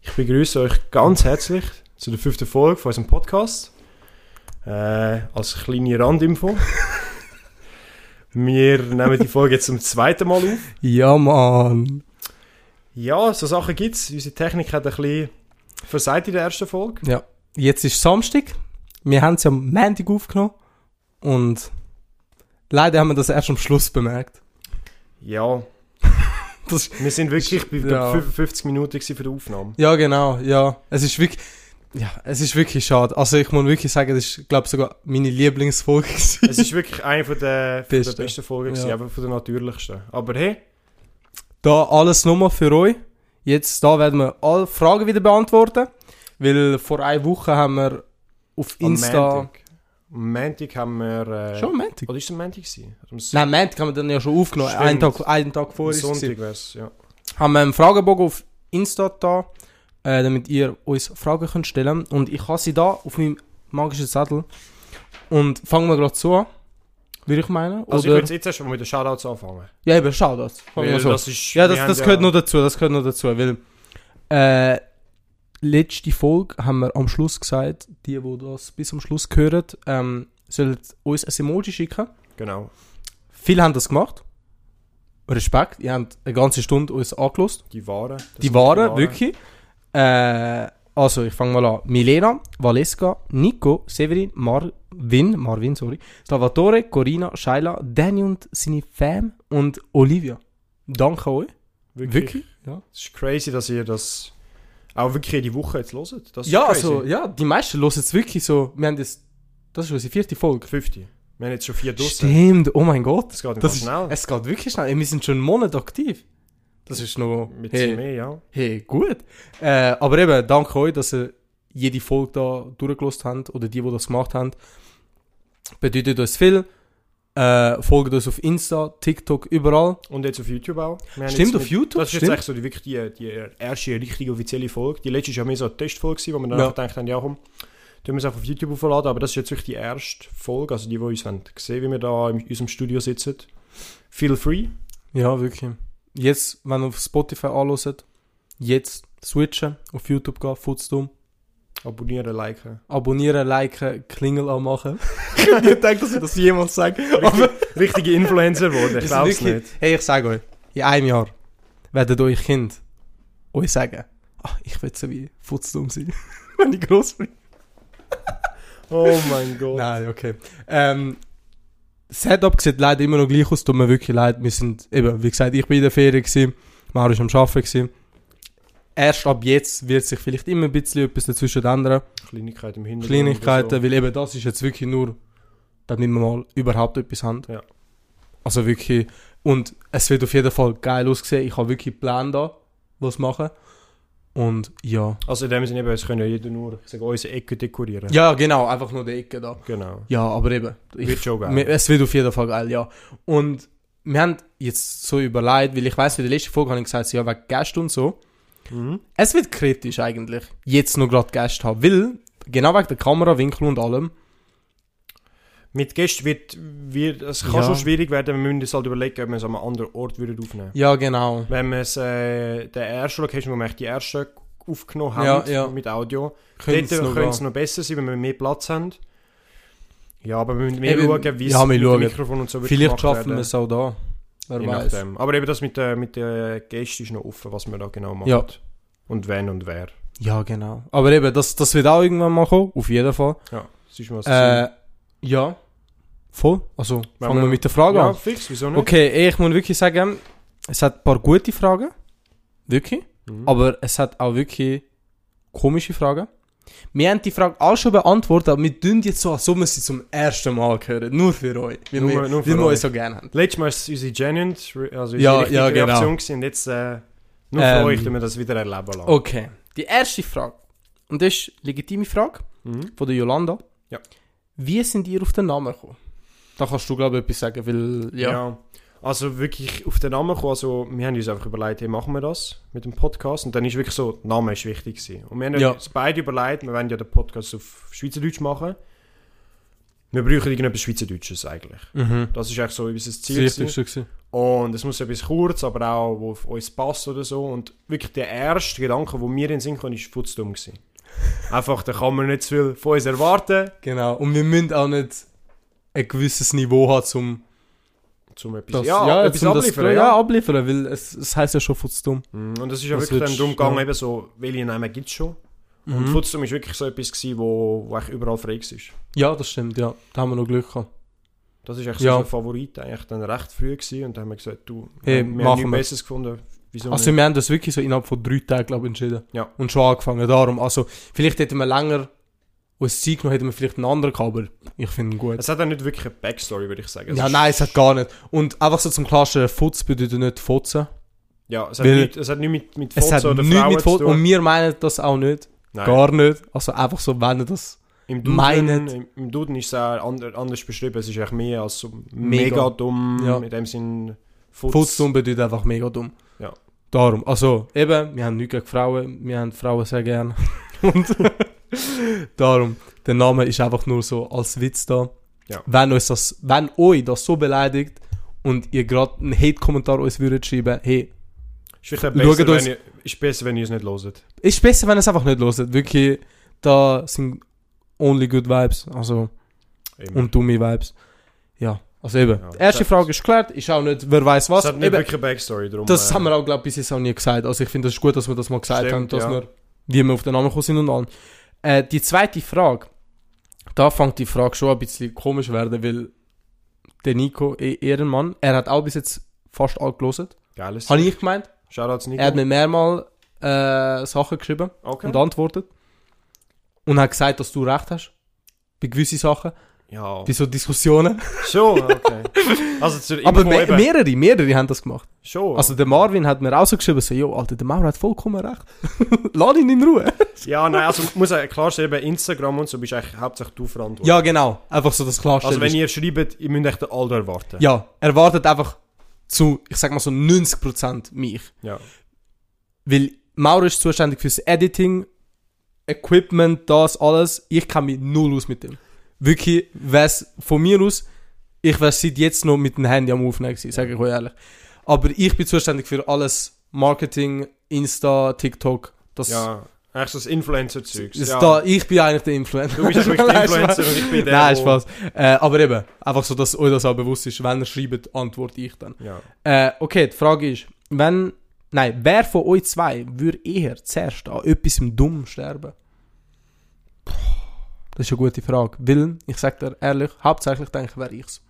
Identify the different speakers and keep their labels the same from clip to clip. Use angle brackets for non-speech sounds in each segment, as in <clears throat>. Speaker 1: Ich begrüße euch ganz herzlich zu der fünften Folge von unserem Podcast. Äh, als kleine
Speaker 2: <laughs>
Speaker 1: Randinfo. Wir nehmen die Folge jetzt zum zweiten Mal auf.
Speaker 2: Ja, Mann.
Speaker 1: Ja, so Sachen gibt's. Unsere Technik hat ein bisschen versagt in der ersten Folge.
Speaker 2: Ja. Jetzt ist Samstag. Wir haben es ja am Montag aufgenommen. Und leider haben wir das erst am Schluss bemerkt.
Speaker 1: Ja,
Speaker 2: <laughs> Das ist,
Speaker 1: wir sind wirklich bei
Speaker 2: Ja.
Speaker 1: ja. 55 Minuten gewesen für die Aufnahme.
Speaker 2: ja, genau. Ja. Es ist wirklich, ja, es ist wirklich schade. Also ich muss wirklich sagen, das ist, glaube ich, sogar meine Lieblingsfolge. gewesen.
Speaker 1: Es ist wirklich eine von der, von der
Speaker 2: Beste.
Speaker 1: besten Folgen, gewesen,
Speaker 2: Ja.
Speaker 1: aber von der natürlichsten. Aber hey,
Speaker 2: Da alles nochmal für euch. Jetzt, da werden wir alle Fragen wieder beantworten. Weil vor einer Woche haben wir auf
Speaker 1: am
Speaker 2: Insta...
Speaker 1: Montag, am Montag haben wir... Äh,
Speaker 2: Schon am Montag?
Speaker 1: Oder ist es am Montag gewesen? Oder am Sonntag?
Speaker 2: Nein, am Montag haben wir dann ja schon aufgenommen.
Speaker 1: Stimmt.
Speaker 2: Einen Tag, einen Tag vor
Speaker 1: Am
Speaker 2: uns. gewesen.
Speaker 1: Sonntag wär's, ja.
Speaker 2: haben wir einen Fragebogen auf Insta da, äh, damit ihr uns Fragen könnt stellen Und ich habe sie da auf meinem magischen Zettel. Und fangen wir gerade so an, würde ich meinen.
Speaker 1: Also ich
Speaker 2: Oder?
Speaker 1: würde jetzt erst mal mit den Shoutouts anfangen.
Speaker 2: ja, eben, schau das. Fangen wir
Speaker 1: Weil
Speaker 2: so.
Speaker 1: das ist,
Speaker 2: ja,
Speaker 1: wir
Speaker 2: das,
Speaker 1: haben
Speaker 2: das gehört noch dazu, das gehört noch dazu, weil äh, letzte Folge haben wir am Schluss gesagt, die, die das bis zum Schluss hören, ähm, sollen uns ein Emoji schicken.
Speaker 1: Genau.
Speaker 2: Viele haben das gemacht. Respekt, ihr habt eine ganze Stunde uns angelost.
Speaker 1: Die Waren. das
Speaker 2: Die
Speaker 1: sind
Speaker 2: waren, wirklich. Äh, also, ich fange mal an. Milena, Valeska, Nico, Severin, Marvin, Marvin, sorry, Salvatore, Corina, Shaila, Danny und seine Fam und Olivia. Danke euch.
Speaker 1: Wirklich.
Speaker 2: Wirklich? Ja,
Speaker 1: Es ist crazy, dass ihr das auch wirklich jede Woche jetzt hört. Das ist
Speaker 2: ja
Speaker 1: crazy.
Speaker 2: also, ja, die meisten hören jetzt wirklich so. Wir haben jetzt, das ist unsere vierte Folge.
Speaker 1: 50. Wir haben jetzt schon vier Dussen.
Speaker 2: Stimmt, oh mein Gott.
Speaker 1: Das geht
Speaker 2: Das
Speaker 1: das
Speaker 2: ist,
Speaker 1: schnell.
Speaker 2: es geht wirklich schnell. Wir sind schon einen Monat aktiv. Das ist noch.
Speaker 1: Mit
Speaker 2: hey.
Speaker 1: hey. mehr, ja.
Speaker 2: Hey, gut. Äh, aber eben, danke euch, dass ihr jede Folge da durchgelost habt oder die, die das gemacht haben. Bedeutet uns viel. Äh, folgt uns auf Insta, TikTok, überall.
Speaker 1: Und jetzt auf YouTube auch. Wir haben
Speaker 2: Stimmt,
Speaker 1: jetzt
Speaker 2: auf
Speaker 1: mit-
Speaker 2: YouTube,
Speaker 1: Das ist jetzt
Speaker 2: stimmt.
Speaker 1: echt so die, wirklich die, die erste richtige offizielle Folge. Die letzte war ja mehr so eine Testfolge, gewesen, wo wir dann
Speaker 2: Ja.
Speaker 1: einfach gedacht haben, ja komm, tun wir es einfach auf YouTube aufladen. Aber das ist jetzt wirklich die erste Folge, also die, die uns haben gesehen, wie wir da in unserem Studio sitzen. Feel free.
Speaker 2: Ja, wirklich. Jetzt, wenn ihr auf Spotify anhört, jetzt switchen, auf YouTube gehen, Futztum,
Speaker 1: Abonnieren, liken.
Speaker 2: abonnieren, liken, Klingel anmachen. <laughs> ich hätte nicht gedacht, dass ich das jemals sage. Aber
Speaker 1: Richtige Influencer
Speaker 2: <laughs>
Speaker 1: geworden, ich
Speaker 2: es ist
Speaker 1: glaube es
Speaker 2: wirklich-
Speaker 1: nicht.
Speaker 2: Hey, ich sage euch, in einem Jahr werden euch Kind euch sagen, ach, ich will so wie Futztum sein, <laughs> wenn ich groß bin.
Speaker 1: Oh mein Gott.
Speaker 2: Nein, okay. Ähm, Setup sieht leider immer noch gleich aus, tut mir wirklich leid. Wir sind, eben, wie gesagt, ich bin in der Ferien, gewesen, Mario ist am Arbeiten. Gewesen. Erst ab jetzt wird sich vielleicht immer ein bisschen etwas dazwischen ändern.
Speaker 1: Kleinigkeiten im Hintergrund.
Speaker 2: Kleinigkeiten,
Speaker 1: oder
Speaker 2: weil eben das ist jetzt wirklich nur, damit wir mal überhaupt etwas haben.
Speaker 1: Ja.
Speaker 2: Also wirklich, und es wird auf jeden Fall geil aussehen. Ich habe wirklich Plan da, was machen. Und ja.
Speaker 1: So. Also in dem Sinne, eben, es können ja jeder nur, ich sage, unsere Ecke dekorieren.
Speaker 2: Ja, genau, einfach nur die Ecke da.
Speaker 1: Genau.
Speaker 2: Ja, aber eben. Ich,
Speaker 1: Wird schon geil.
Speaker 2: mir- es wird auf jeden Fall geil, ja. Und wir haben jetzt so überlegt, weil ich weiß, in der letzten Folge habe ich gesagt, so, ja, wegen Gästen und so.
Speaker 1: Mhm.
Speaker 2: Es wird kritisch eigentlich, jetzt noch gerade Gäste haben, weil, genau wegen der Kamerawinkel und allem,
Speaker 1: Mit Gästen wird, wird es kann
Speaker 2: Ja.
Speaker 1: schon schwierig werden, wir müssen uns halt überlegen, ob wir es an einem anderen Ort würden aufnehmen
Speaker 2: ja, genau.
Speaker 1: Wenn wir es, äh, der ersten Location, wo wir eigentlich die erste aufgenommen haben,
Speaker 2: Ja, ja.
Speaker 1: mit Audio, eh,
Speaker 2: Könnte es
Speaker 1: dort
Speaker 2: noch
Speaker 1: könnte es
Speaker 2: gehen.
Speaker 1: noch besser sein, wenn wir mehr Platz haben. Ja, aber wir müssen mehr
Speaker 2: Eben,
Speaker 1: schauen, wie es
Speaker 2: ja, wir
Speaker 1: mit
Speaker 2: schauen.
Speaker 1: dem Mikrofon und so wird
Speaker 2: Vielleicht
Speaker 1: gemacht
Speaker 2: schaffen
Speaker 1: werden.
Speaker 2: wir es auch da. Wer
Speaker 1: Je
Speaker 2: weiß.
Speaker 1: nachdem. Aber eben das mit, äh, mit den Gästen ist noch offen, was wir da genau machen.
Speaker 2: Ja.
Speaker 1: Und wenn und wer.
Speaker 2: Ja, genau. Aber eben, das, das wird auch irgendwann mal kommen, auf jeden Fall.
Speaker 1: Ja, das ist mal so.
Speaker 2: Äh, ja. Voll. Also,
Speaker 1: Wenn
Speaker 2: fangen wir
Speaker 1: wir-
Speaker 2: mit der Frage
Speaker 1: ja,
Speaker 2: an.
Speaker 1: fix, wieso nicht?
Speaker 2: Okay, ey, ich muss wirklich sagen, es hat ein paar gute Fragen. Wirklich.
Speaker 1: Mhm.
Speaker 2: Aber es hat auch wirklich komische Fragen. Wir haben die Frage auch schon beantwortet, aber wir tun jetzt so, als ob wir sie zum ersten Mal hören. Nur für euch. Weil
Speaker 1: Nur-
Speaker 2: wir,
Speaker 1: nur für
Speaker 2: weil wir
Speaker 1: euch.
Speaker 2: euch so gerne haben.
Speaker 1: Letztes Mal war es unsere Genant, also unsere
Speaker 2: Ja,
Speaker 1: richtige
Speaker 2: ja, genau.
Speaker 1: Reaktion gewesen. und jetzt äh, nur
Speaker 2: Ähm.
Speaker 1: für euch, dass wir das wieder erleben lassen.
Speaker 2: Okay. Die erste Frage. Und das ist eine legitime Frage.
Speaker 1: Mhm.
Speaker 2: von der Yolanda.
Speaker 1: Ja.
Speaker 2: Wie sind ihr auf den Namen gekommen? Da kannst du, glaube ich, etwas sagen, weil,
Speaker 1: Ja.
Speaker 2: ja.
Speaker 1: Also wirklich auf den Namen kommen, also wir haben uns einfach überlegt, hey, machen wir das mit dem Podcast? Und dann ist wirklich so, der Name ist wichtig gewesen. Und wir haben
Speaker 2: Ja.
Speaker 1: uns beide überlegt, wir wollen ja den Podcast auf Schweizerdeutsch machen. Wir brauchen irgendetwas Schweizerdeutsches eigentlich.
Speaker 2: Mhm.
Speaker 1: Das ist eigentlich so unser Ziel.
Speaker 2: Das
Speaker 1: gewesen.
Speaker 2: war schon. gewesen.
Speaker 1: Und es muss etwas kurz, aber auch, wo auf uns passt oder so. Und wirklich der erste Gedanke, der mir in den Sinn kam, war futzdumm.
Speaker 2: <laughs>
Speaker 1: gewesen. Einfach, da kann man nicht zu viel von uns erwarten,
Speaker 2: Genau. Und wir müssen auch nicht ein gewisses Niveau haben, um
Speaker 1: um etwas,
Speaker 2: das,
Speaker 1: ja,
Speaker 2: ja,
Speaker 1: etwas
Speaker 2: zum das-
Speaker 1: abliefern.
Speaker 2: ja,
Speaker 1: ja.
Speaker 2: abliefern, weil es, es heisst ja schon Futzdumm.
Speaker 1: Mm, Und es ist ja
Speaker 2: Das
Speaker 1: wirklich dann
Speaker 2: würdest-
Speaker 1: darum gegangen,
Speaker 2: ja.
Speaker 1: eben so, welche Namen gibt es schon. Und
Speaker 2: Mhm.
Speaker 1: Futzum war wirklich so etwas, gewesen, wo, wo eigentlich überall frei war.
Speaker 2: Ja, das stimmt, ja. Da haben wir noch Glück gehabt.
Speaker 1: Das ist eigentlich
Speaker 2: Ja.
Speaker 1: so ein Favorit, eigentlich dann recht früh gewesen. Und dann haben wir gesagt, du,
Speaker 2: Hey,
Speaker 1: wir- wir
Speaker 2: machen
Speaker 1: haben nichts
Speaker 2: wir.
Speaker 1: Besseres gefunden. Wieso
Speaker 2: Also
Speaker 1: nicht?
Speaker 2: wir haben das wirklich so innerhalb von drei Tagen, glaube ich, entschieden.
Speaker 1: Ja.
Speaker 2: Und schon angefangen, darum. Also vielleicht hätten wir länger uns Zeit genommen, hätten wir vielleicht einen anderen gehabt, aber ich finde ihn gut.
Speaker 1: Es hat dann nicht wirklich eine Backstory, würde ich sagen. Es
Speaker 2: ja,
Speaker 1: ist-
Speaker 2: nein, es hat gar nicht. Und einfach so zum Klarstellen, Futz bedeutet nicht Fotzen.
Speaker 1: Ja, es hat,
Speaker 2: Weil-
Speaker 1: nichts, es hat nichts mit, mit
Speaker 2: Es
Speaker 1: Fotzen
Speaker 2: hat
Speaker 1: oder
Speaker 2: nichts
Speaker 1: Frauen
Speaker 2: mit
Speaker 1: zu
Speaker 2: Fotzen.
Speaker 1: tun.
Speaker 2: Und wir meinen das auch nicht.
Speaker 1: Nein.
Speaker 2: Gar nicht. Also einfach so, wenn ihr das...
Speaker 1: Im Duden,
Speaker 2: meinen-
Speaker 1: im, im Duden ist es auch ander, anders beschrieben. Es ist eigentlich mehr als so
Speaker 2: Mega.
Speaker 1: mega, dumm,
Speaker 2: Ja.
Speaker 1: in dem Sinn Futz.
Speaker 2: Futzdumm bedeutet einfach mega dumm.
Speaker 1: Ja.
Speaker 2: Darum. Also, eben, wir haben nichts gegen Frauen, wir haben Frauen sehr gern. <laughs> Und darum, der Name ist einfach nur so als Witz da.
Speaker 1: Ja.
Speaker 2: Wenn, euch das, wenn euch das so beleidigt und ihr gerade einen Hate-Kommentar uns würdet schreiben, hey,
Speaker 1: Ist vielleicht
Speaker 2: Schaut
Speaker 1: besser,
Speaker 2: uns-
Speaker 1: wenn ihr, ist besser, wenn ihr es nicht hört.
Speaker 2: ist besser, wenn ihr es einfach nicht loset. Wirklich, da sind only good vibes, also,
Speaker 1: Immer.
Speaker 2: und dumme Vibes. Ja, also eben.
Speaker 1: Ja.
Speaker 2: die erste Frage ist geklärt, ist auch nicht, wer weiß was.
Speaker 1: es hat nicht
Speaker 2: Eben,
Speaker 1: wirklich eine Backstory drum.
Speaker 2: Das
Speaker 1: äh,
Speaker 2: haben wir auch, glaube ich, bis jetzt auch nie gesagt. Also ich finde es gut, dass wir das mal gesagt
Speaker 1: Stimmt,
Speaker 2: haben, dass
Speaker 1: ja.
Speaker 2: wir, wie wir auf den Namen gekommen sind und allem. Äh, die zweite Frage, da fängt die Frage schon ein bisschen komisch werden, weil der Nico, eh- Ehrenmann, er hat auch bis jetzt fast alle gelesen.
Speaker 1: Geiles.
Speaker 2: Habe ich gemeint.
Speaker 1: Shoutouts Nico.
Speaker 2: Er hat mir mehrmal äh, Sachen geschrieben
Speaker 1: okay.
Speaker 2: und antwortet. Und hat gesagt, dass du recht hast. Bei gewissen Sachen.
Speaker 1: ja.
Speaker 2: Bei so Diskussionen.
Speaker 1: Schon,
Speaker 2: <laughs>
Speaker 1: okay. Also zur Info
Speaker 2: Aber me
Speaker 1: eben.
Speaker 2: mehrere, mehrere haben das gemacht.
Speaker 1: Schon.
Speaker 2: Also der Marvin hat mir auch so geschrieben, so, jo, Alter, der Maurer hat vollkommen recht. <laughs> Lass ihn in Ruhe.
Speaker 1: ja, nou, nein, also ich muss ja klarstellen, bei Instagram und so bist eigentlich hauptsächlich du verantwortlich.
Speaker 2: Ja, genau. Einfach so das Klarstellen.
Speaker 1: also wenn ihr schreibt, ihr müsst echt den Alter erwarten.
Speaker 2: ja, erwartet einfach zu, ich sag mal so 90% mich.
Speaker 1: Ja.
Speaker 2: Weil Maurer ist zuständig fürs Editing, Equipment, das, alles. Ich kann mich null aus mit dem. Wirklich, wär's von mir aus, ich wär seit jetzt noch mit dem Handy am Aufnehmen gewesen, sage ich euch ehrlich. Aber ich bin zuständig für alles. Marketing, Insta, TikTok, das...
Speaker 1: Ja. Eigentlich so das Influencer-Zeug.
Speaker 2: Ist
Speaker 1: Ja.
Speaker 2: da, ich bin eigentlich der Influencer.
Speaker 1: Du bist ja wirklich der
Speaker 2: <laughs> Nein,
Speaker 1: Influencer
Speaker 2: Spaß.
Speaker 1: und ich bin der,
Speaker 2: Nein,
Speaker 1: wo-
Speaker 2: Spaß. Äh, aber eben, einfach so, dass euch das auch bewusst ist. Wenn ihr schreibt, antworte ich dann.
Speaker 1: ja.
Speaker 2: Äh, okay, die Frage ist, wenn... Nein, wer von euch zwei würde eher zuerst an etwas dumm sterben? Das ist eine gute Frage. Weil, ich sag dir ehrlich, hauptsächlich denke ich, wäre ich's.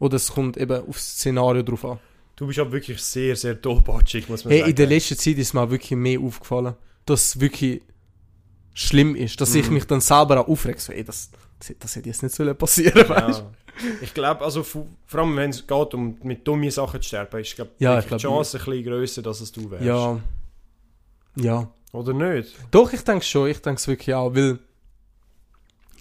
Speaker 2: Oder es kommt eben aufs Szenario drauf an.
Speaker 1: Du bist aber wirklich sehr, sehr tollpatschig, muss man
Speaker 2: Hey,
Speaker 1: sagen.
Speaker 2: in der letzten Zeit ist mir wirklich mehr aufgefallen, dass es wirklich schlimm ist, dass ich mich dann selber auch aufrege. So, ey, das, das hätte jetzt nicht sollen passieren sollen. Ja.
Speaker 1: ja. Ich glaube, also fu- vor allem wenn es geht, um mit dummen Sachen zu sterben, ist glaub,
Speaker 2: Ja,
Speaker 1: wirklich
Speaker 2: ich glaub,
Speaker 1: die Chance ein bisschen grösser, dass es du wärst.
Speaker 2: ja. Ja.
Speaker 1: Oder nicht?
Speaker 2: Doch, ich denke schon, ich denke es wirklich auch, weil.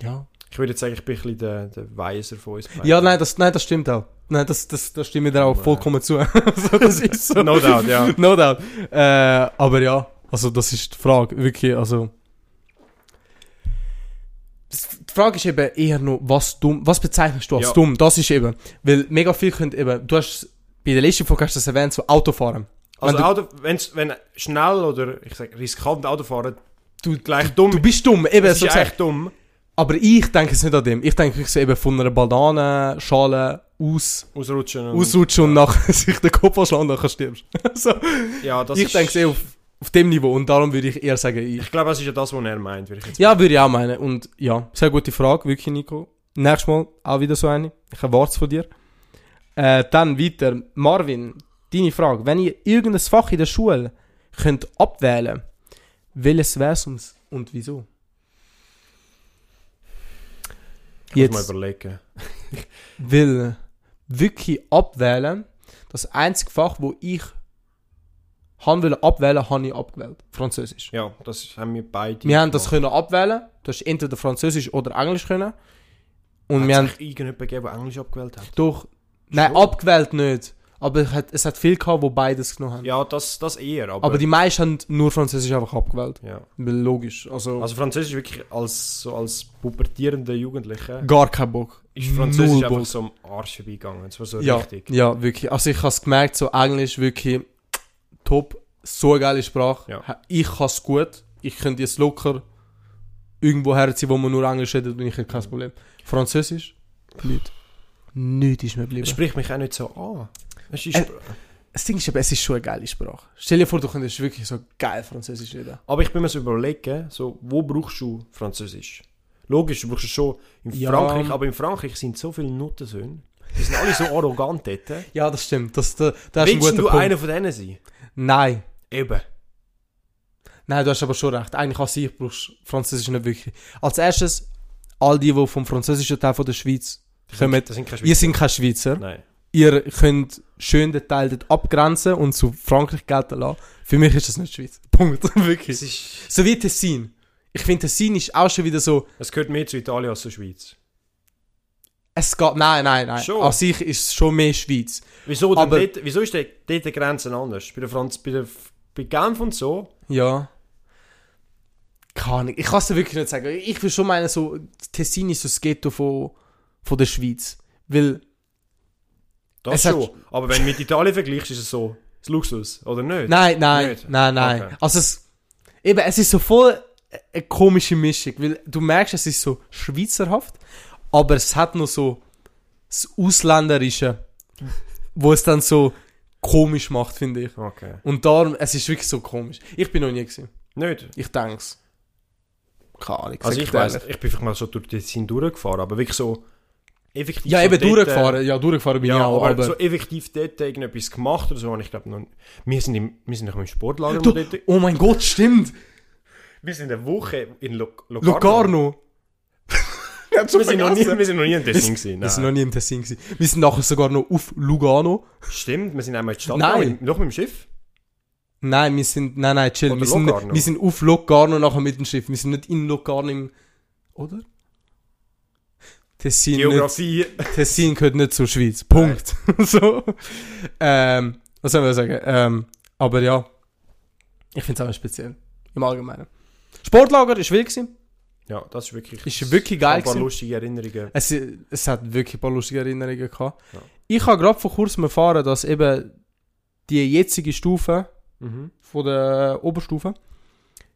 Speaker 2: Ja.
Speaker 1: Ich würde jetzt sagen, ich bin ein bisschen der, der Weiser von uns. beiden.
Speaker 2: Ja, nein, das, nein, das stimmt auch. Nein, das, das, das stimme ich dir auch
Speaker 1: Nein.
Speaker 2: vollkommen zu. <laughs> so, das ist so.
Speaker 1: No doubt,
Speaker 2: <laughs>
Speaker 1: ja.
Speaker 2: No doubt. Äh, aber ja, also das ist die Frage, wirklich, also... S- Die Frage ist eben eher nur, was dumm, was bezeichnest du als
Speaker 1: Ja.
Speaker 2: dumm? Das ist eben, weil mega viel könnt eben, du hast, bei der letzten Folge hast du das erwähnt, so Autofahren.
Speaker 1: Also
Speaker 2: wenn
Speaker 1: Auto, wenn's, wenn schnell oder ich sag, riskant Autofahren,
Speaker 2: Du-
Speaker 1: du gleich dumm.
Speaker 2: Du bist dumm, eben,
Speaker 1: das
Speaker 2: so
Speaker 1: ist
Speaker 2: gesagt.
Speaker 1: echt dumm.
Speaker 2: Aber ich denke es nicht an dem. Ich denke ich sehe eben von einer Bananenschale aus,
Speaker 1: Ausrutschen. Und,
Speaker 2: ausrutschen und nachher <laughs> sich den Kopf anschlagen und nachher stirbst. so,
Speaker 1: ja, das
Speaker 2: ich
Speaker 1: ist,
Speaker 2: denke es eher auf, auf dem Niveau und darum würde ich eher sagen, ich.
Speaker 1: Ich glaube, das ist ja das, was er meint. Würde ich jetzt
Speaker 2: Ja, würde ich auch meinen. Und ja, sehr gute Frage, wirklich, Nico. Nächstes Mal auch wieder so eine. Ich erwarte es von dir. Äh, dann weiter. Marvin, deine Frage. Wenn ihr irgendein Fach in der Schule könnt abwählen welches wäre es und, und wieso?
Speaker 1: ich
Speaker 2: Jetzt
Speaker 1: muss mal überlegen.
Speaker 2: will wirklich abwählen. Das einzige Fach, wo ich haben will abwählen, habe ich abgewählt. Französisch.
Speaker 1: Ja, das haben wir beide.
Speaker 2: Wir haben das
Speaker 1: gemacht.
Speaker 2: können abwählen. Du hast entweder Französisch oder Englisch können. Und
Speaker 1: Hat
Speaker 2: wir haben
Speaker 1: sich irgendjemand gegeben, der Englisch abgewählt hat.
Speaker 2: durch. Nein,
Speaker 1: Schon?
Speaker 2: abgewählt nicht. Aber es hat, es hat viel gehabt, wo beides genommen haben.
Speaker 1: Ja, das, das eher, aber...
Speaker 2: aber, die meisten haben nur Französisch einfach abgewählt.
Speaker 1: ja.
Speaker 2: Weil Logisch. Also,
Speaker 1: Also Französisch wirklich als, so als pubertierender Jugendlicher
Speaker 2: gar kein Bock.
Speaker 1: ist Französisch
Speaker 2: Null
Speaker 1: einfach
Speaker 2: Bock.
Speaker 1: so am Arsch vorbeigegangen. Es war so
Speaker 2: ja,
Speaker 1: richtig.
Speaker 2: Ja, wirklich. Also ich habe es gemerkt, so Englisch wirklich top, so eine geile Sprache.
Speaker 1: Ja.
Speaker 2: Ich kann es gut. Ich könnte jetzt locker irgendwo herziehen, wo man nur Englisch redet und ich hätte kein Problem. Französisch? Nicht. Nichts ist mir
Speaker 1: Es
Speaker 2: geblieben.
Speaker 1: spricht mich auch nicht so an. Es ist,
Speaker 2: Äh, Das Ding ist aber, es ist schon eine geile Sprache. Stell dir vor, du könntest wirklich so geil Französisch reden.
Speaker 1: aber ich bin mir so überlegen, so, wo brauchst du Französisch? Logisch, du brauchst es schon in
Speaker 2: Ja.
Speaker 1: Frankreich, aber in Frankreich sind so viele Nuttensöhne. Die sind
Speaker 2: <laughs>
Speaker 1: alle so arrogant dort. Willst
Speaker 2: Ja, das stimmt. Das, das, das ist ein guter
Speaker 1: du
Speaker 2: Punkt.
Speaker 1: einer von denen sein?
Speaker 2: Nein.
Speaker 1: Eben.
Speaker 2: Nein, du hast aber schon recht. Eigentlich als ich brauchst Französisch nicht wirklich. Als erstes, all die, die vom französischen Teil von der Schweiz kommen,
Speaker 1: Das sind keine
Speaker 2: ihr sind keine Schweizer.
Speaker 1: Nein.
Speaker 2: Ihr könnt schön den Teil dort abgrenzen und zu Frankreich gelten lassen. Für mich ist das nicht Schweiz. <laughs> Punkt.
Speaker 1: Es,
Speaker 2: Wirklich.
Speaker 1: ist,
Speaker 2: So wie Tessin. Ich finde, Tessin ist auch schon wieder so,
Speaker 1: es gehört mehr zu Italien als zur Schweiz.
Speaker 2: es geht, nein, nein, nein.
Speaker 1: Schon.
Speaker 2: An sich ist es schon mehr Schweiz.
Speaker 1: Wieso, denn
Speaker 2: Aber-
Speaker 1: dort, wieso ist dort dort die Grenze anders? Bei, der Franz, bei, der, bei Genf und so
Speaker 2: Ja. Keine Ahnung. Ich kann es dir wirklich nicht sagen. Ich würde schon meinen, so, Tessin ist so das Ghetto von, von der Schweiz. Weil,
Speaker 1: Das
Speaker 2: Es hat-
Speaker 1: schon. Aber wenn du mit Italien vergleichst, ist es so. Das Luxus, oder nicht?
Speaker 2: Nein, nein,
Speaker 1: Nicht?
Speaker 2: nein, nein.
Speaker 1: Okay.
Speaker 2: Also es, eben, es ist so voll eine komische Mischung, weil du merkst, es ist so schweizerhaft, aber es hat noch so das Ausländerische, wo es dann so komisch macht, finde ich.
Speaker 1: Okay.
Speaker 2: Und darum, es ist wirklich so komisch. Ich bin noch nie gewesen.
Speaker 1: Nicht?
Speaker 2: Ich denk's. Keine Ahnung.
Speaker 1: Also
Speaker 2: sag
Speaker 1: ich
Speaker 2: dir
Speaker 1: weiß,
Speaker 2: ehrlich.
Speaker 1: ich bin vielleicht mal so durch Tessin durchgefahren, aber wirklich so effektiv.
Speaker 2: Ja,
Speaker 1: so
Speaker 2: eben
Speaker 1: dort, äh,
Speaker 2: durchgefahren. Ja, durchgefahren bin
Speaker 1: Ja,
Speaker 2: ich auch,
Speaker 1: aber,
Speaker 2: aber...
Speaker 1: so effektiv dort irgendetwas gemacht oder so, habe ich glaube noch. Wir sind, im, wir sind noch im Sportlager. wo
Speaker 2: du,
Speaker 1: dort,
Speaker 2: oh mein Gott, stimmt.
Speaker 1: wir sind eine Woche in Lo Locarno.
Speaker 2: Locarno. wir
Speaker 1: Wir
Speaker 2: <laughs>
Speaker 1: sind, noch nie, wir sind noch nie in Tessin gewesen.
Speaker 2: Wir sind
Speaker 1: nein.
Speaker 2: noch nie im Tessin gewesen. Wir sind nachher sogar noch auf Lugano.
Speaker 1: Stimmt, wir sind einmal in die Stadt
Speaker 2: Nein.
Speaker 1: gegangen, mit- noch mit dem Schiff.
Speaker 2: Nein, wir sind, nein, nein, chill.
Speaker 1: Oder
Speaker 2: Wir sind,
Speaker 1: Locarno.
Speaker 2: wir sind auf Locarno nachher mit dem Schiff. Wir sind nicht in Locarno im, oder? Tessin, nicht,
Speaker 1: Geografie.
Speaker 2: Tessin gehört nicht zur Schweiz. Punkt. <laughs> so. Ähm, was soll man sagen? Ähm, aber ja. Ich finde es auch speziell. Im Allgemeinen. Sportlager ist wild gewesen.
Speaker 1: Ja, das ist wirklich.
Speaker 2: Ist wirklich geil
Speaker 1: Ein paar
Speaker 2: gewesen.
Speaker 1: lustige Erinnerungen.
Speaker 2: Es, es hat wirklich ein paar lustige Erinnerungen gehabt.
Speaker 1: Ja.
Speaker 2: Ich habe gerade vor kurzem erfahren, dass eben die jetzige Stufe
Speaker 1: Mhm.
Speaker 2: von der Oberstufe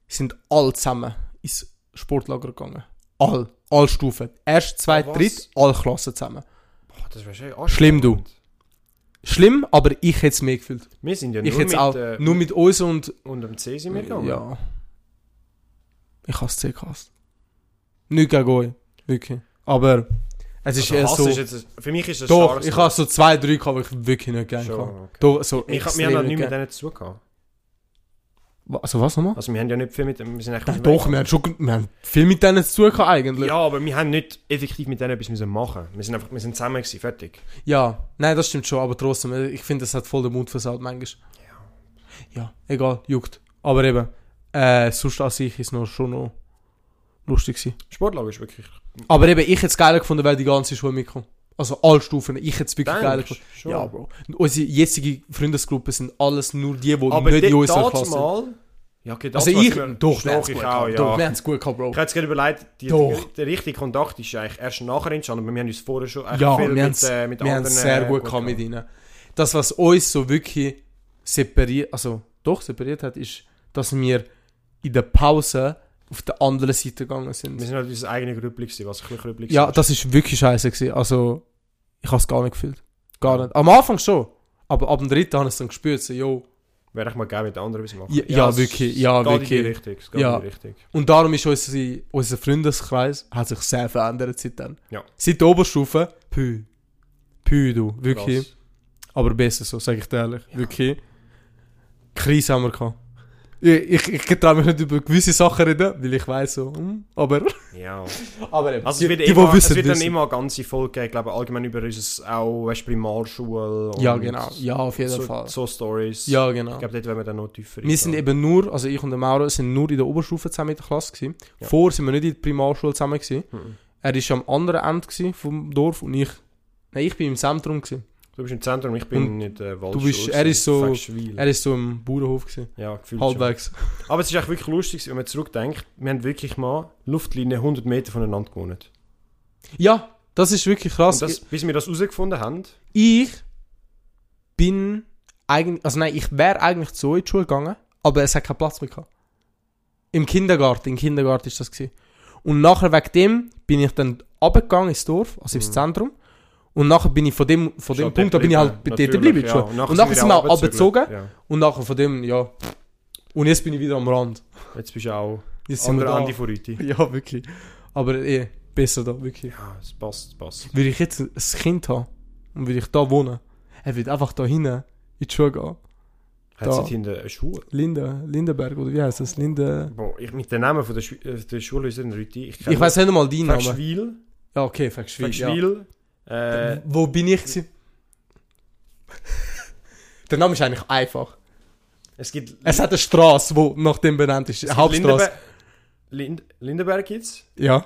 Speaker 2: sind alle zusammen ins Sportlager gegangen. All, alle Stufen. Erst, zwei,
Speaker 1: Ah, Was?
Speaker 2: dritt, alle Klassen zusammen.
Speaker 1: Boah, das wäre schön.
Speaker 2: Schlimm, du.
Speaker 1: anstrengend.
Speaker 2: Schlimm, aber ich hätte es mehr gefühlt.
Speaker 1: Wir sind ja
Speaker 2: Ich
Speaker 1: nur,
Speaker 2: hätte
Speaker 1: mit,
Speaker 2: es auch
Speaker 1: äh,
Speaker 2: nur mit uns und
Speaker 1: und am C sind wir gegangen. Also
Speaker 2: Ja. Ich hasse C gehasst. Nicht gegen euch. Wirklich. Aber es ist
Speaker 1: Also
Speaker 2: eher
Speaker 1: Hass
Speaker 2: so.
Speaker 1: ist jetzt, für mich ist das
Speaker 2: doch, ich habe so zwei, drei gehabt, die ich wirklich nicht gerne
Speaker 1: Schon,
Speaker 2: gehabt.
Speaker 1: okay.
Speaker 2: Doch, so
Speaker 1: ich hab,
Speaker 2: extrem
Speaker 1: wir haben ja
Speaker 2: nicht
Speaker 1: nicht mit
Speaker 2: gern.
Speaker 1: denen zu tun gehabt.
Speaker 2: Wa- Also was nochmal?
Speaker 1: Also wir haben ja nicht viel mit wir sind eigentlich
Speaker 2: Nein,
Speaker 1: aus dem
Speaker 2: doch, wir haben, schon, ge- wir haben viel mit denen zu tun gehabt
Speaker 1: Weg.
Speaker 2: eigentlich.
Speaker 1: Ja, aber wir haben nicht effektiv mit denen etwas müssen machen. Wir sind einfach wir sind zusammen gewesen, fertig.
Speaker 2: Ja, nein, das stimmt schon, aber trotzdem, äh, ich finde, das hat voll den Mund versaut manchmal. Ja. Ja, egal, juckt. Aber eben, äh, sonst an sich ist noch schon noch lustig gewesen.
Speaker 1: Sportlager ist wirklich
Speaker 2: Aber eben, ich hätte es geil gefunden, weil die ganze Schule mitkommt. Also alle Stufen, ich hätte es wirklich geil
Speaker 1: Denkst,
Speaker 2: gefunden.
Speaker 1: schon.
Speaker 2: Ja, Bro. Unsere jetzige Freundesgruppe sind alles nur die, die
Speaker 1: aber
Speaker 2: nicht in unserer
Speaker 1: dort
Speaker 2: Klasse
Speaker 1: damals
Speaker 2: sind.
Speaker 1: mal ja, okay,
Speaker 2: Also
Speaker 1: damals
Speaker 2: ich,
Speaker 1: sind wir- doch
Speaker 2: doch, wir haben's
Speaker 1: ich
Speaker 2: gut
Speaker 1: auch,
Speaker 2: gehabt. Doch, wir
Speaker 1: ja.
Speaker 2: haben es gut gehabt, Bro.
Speaker 1: Ich hätte es gerade überlegt, die,
Speaker 2: Doch.
Speaker 1: der richtige Kontakt ist eigentlich erst nachher entstanden, aber wir haben uns vorher schon echt
Speaker 2: Ja,
Speaker 1: viel
Speaker 2: wir haben es
Speaker 1: mit, äh, mit anderen...
Speaker 2: sehr
Speaker 1: äh,
Speaker 2: gut gehabt mit ihnen. Das, was uns so wirklich separiert, also doch separiert hat, ist, dass wir in der Pause auf der anderen Seite gegangen
Speaker 1: Wir
Speaker 2: sind.
Speaker 1: sind halt unser eigenes Grüppli gewesen, was ein bisschen Grüppli
Speaker 2: Ja,
Speaker 1: war.
Speaker 2: das ist wirklich scheiße gewesen. Also, ich habe es gar nicht gefühlt. Gar nicht. Am Anfang schon. Aber ab dem dritten habe ich es dann gespürt, so, yo.
Speaker 1: Wäre ich mal geil mit anderen was machen.
Speaker 2: Ja, ja,
Speaker 1: es
Speaker 2: wirklich, ja,
Speaker 1: geht in die
Speaker 2: wirklich.
Speaker 1: Richtung, es geht
Speaker 2: Ja.
Speaker 1: in die Richtung.
Speaker 2: Und darum ist unsere, unser Freundeskreis hat sich sehr verändert seitdem.
Speaker 1: Ja.
Speaker 2: Seit der Oberstufe, pü. Pü, du. Wirklich.
Speaker 1: Krass.
Speaker 2: Aber besser so, sage ich dir ehrlich. Wirklich. Krise haben wir gehabt. Ich, ich, ich traue mich nicht über gewisse Sachen reden, weil ich weiß so, hm, aber...
Speaker 1: <laughs> Ja.
Speaker 2: Aber eben,
Speaker 1: Also es wird,
Speaker 2: die, die,
Speaker 1: immer,
Speaker 2: die wissen,
Speaker 1: es wird dann
Speaker 2: wissen.
Speaker 1: immer eine ganze Folge geben, ich glaube allgemein über unser auch weißt, Primarschule und
Speaker 2: Ja, genau. Ja, auf jeden
Speaker 1: so,
Speaker 2: Fall.
Speaker 1: So Stories.
Speaker 2: Ja,
Speaker 1: Ich
Speaker 2: genau.
Speaker 1: glaube, dort werden wir dann noch tiefer
Speaker 2: Wir sind eben nur, also ich und der Mauro sind nur in der Oberstufe zusammen in der Klasse gewesen.
Speaker 1: Ja.
Speaker 2: Vorher sind wir nicht in der Primarschule zusammen gewesen.
Speaker 1: Mhm.
Speaker 2: Er war am anderen Ende gewesen vom Dorf und ich... Nein, ich bin im Zentrum gewesen.
Speaker 1: Du bist im Zentrum, ich bin
Speaker 2: Und
Speaker 1: nicht äh,
Speaker 2: du bist- er ist so-
Speaker 1: Er
Speaker 2: Er ist so im Bauernhof gewesen.
Speaker 1: ja, gefühlt schon.
Speaker 2: Halbwegs.
Speaker 1: Aber es ist echt wirklich lustig, gewesen, wenn man zurückdenkt. Wir haben wirklich mal Luftlinie 100 Meter voneinander gewohnt.
Speaker 2: Ja, das ist wirklich krass.
Speaker 1: Und das, bis wir das herausgefunden haben,
Speaker 2: ich bin eigentlich, also nein, ich wäre eigentlich zu euch in die Schule gegangen, aber es hat keinen Platz mehr gehabt. Im Kindergarten, im Kindergarten ist das gewesen. Und nachher wegen dem bin ich dann abgegangen ins Dorf, also ins Zentrum. Und nachher bin ich von dem,
Speaker 1: Mhm.
Speaker 2: von
Speaker 1: ist
Speaker 2: dem
Speaker 1: halt
Speaker 2: Punkt, da
Speaker 1: dort
Speaker 2: bin ich halt dort
Speaker 1: geblieben.
Speaker 2: geblieben.
Speaker 1: Natürlich,
Speaker 2: schon.
Speaker 1: ja.
Speaker 2: Und nachher, sind wir auch
Speaker 1: runtergezügelt.
Speaker 2: abgezogen.
Speaker 1: Ja.
Speaker 2: Und nachher von dem, ja. Und jetzt bin ich wieder am Rand.
Speaker 1: Jetzt bist du auch
Speaker 2: Jetzt sind wir
Speaker 1: anderer
Speaker 2: da.
Speaker 1: Andi von heute.
Speaker 2: <laughs> Ja, wirklich. Aber eh, besser da, wirklich.
Speaker 1: Ja, es passt, es passt.
Speaker 2: Würde ich jetzt ein Kind haben und würde ich da wohnen, er würde einfach da hinten in die Schule gehen.
Speaker 1: Hat
Speaker 2: Da.
Speaker 1: sie hinter eine Schule?
Speaker 2: Linde, Lindenberg, oder wie heißt das? Linde.
Speaker 1: Boah, ich, mit den Namen von der, Schwi- äh, der Schule ist in Rüti. Ich,
Speaker 2: Ich weiß nicht mal deinen Namen.
Speaker 1: Fegschwil.
Speaker 2: Ja, okay, Fegschwil. Ja.
Speaker 1: Fegschwil. Äh,
Speaker 2: Wo bin
Speaker 1: <laughs>
Speaker 2: ich? Gewesen? Der Name ist eigentlich einfach.
Speaker 1: es gibt
Speaker 2: Es hat eine Straße, die nach dem benannt ist.
Speaker 1: es gibt
Speaker 2: Hauptstraße.
Speaker 1: Lindebe- Lind Lindenberg jetzt.
Speaker 2: Ja.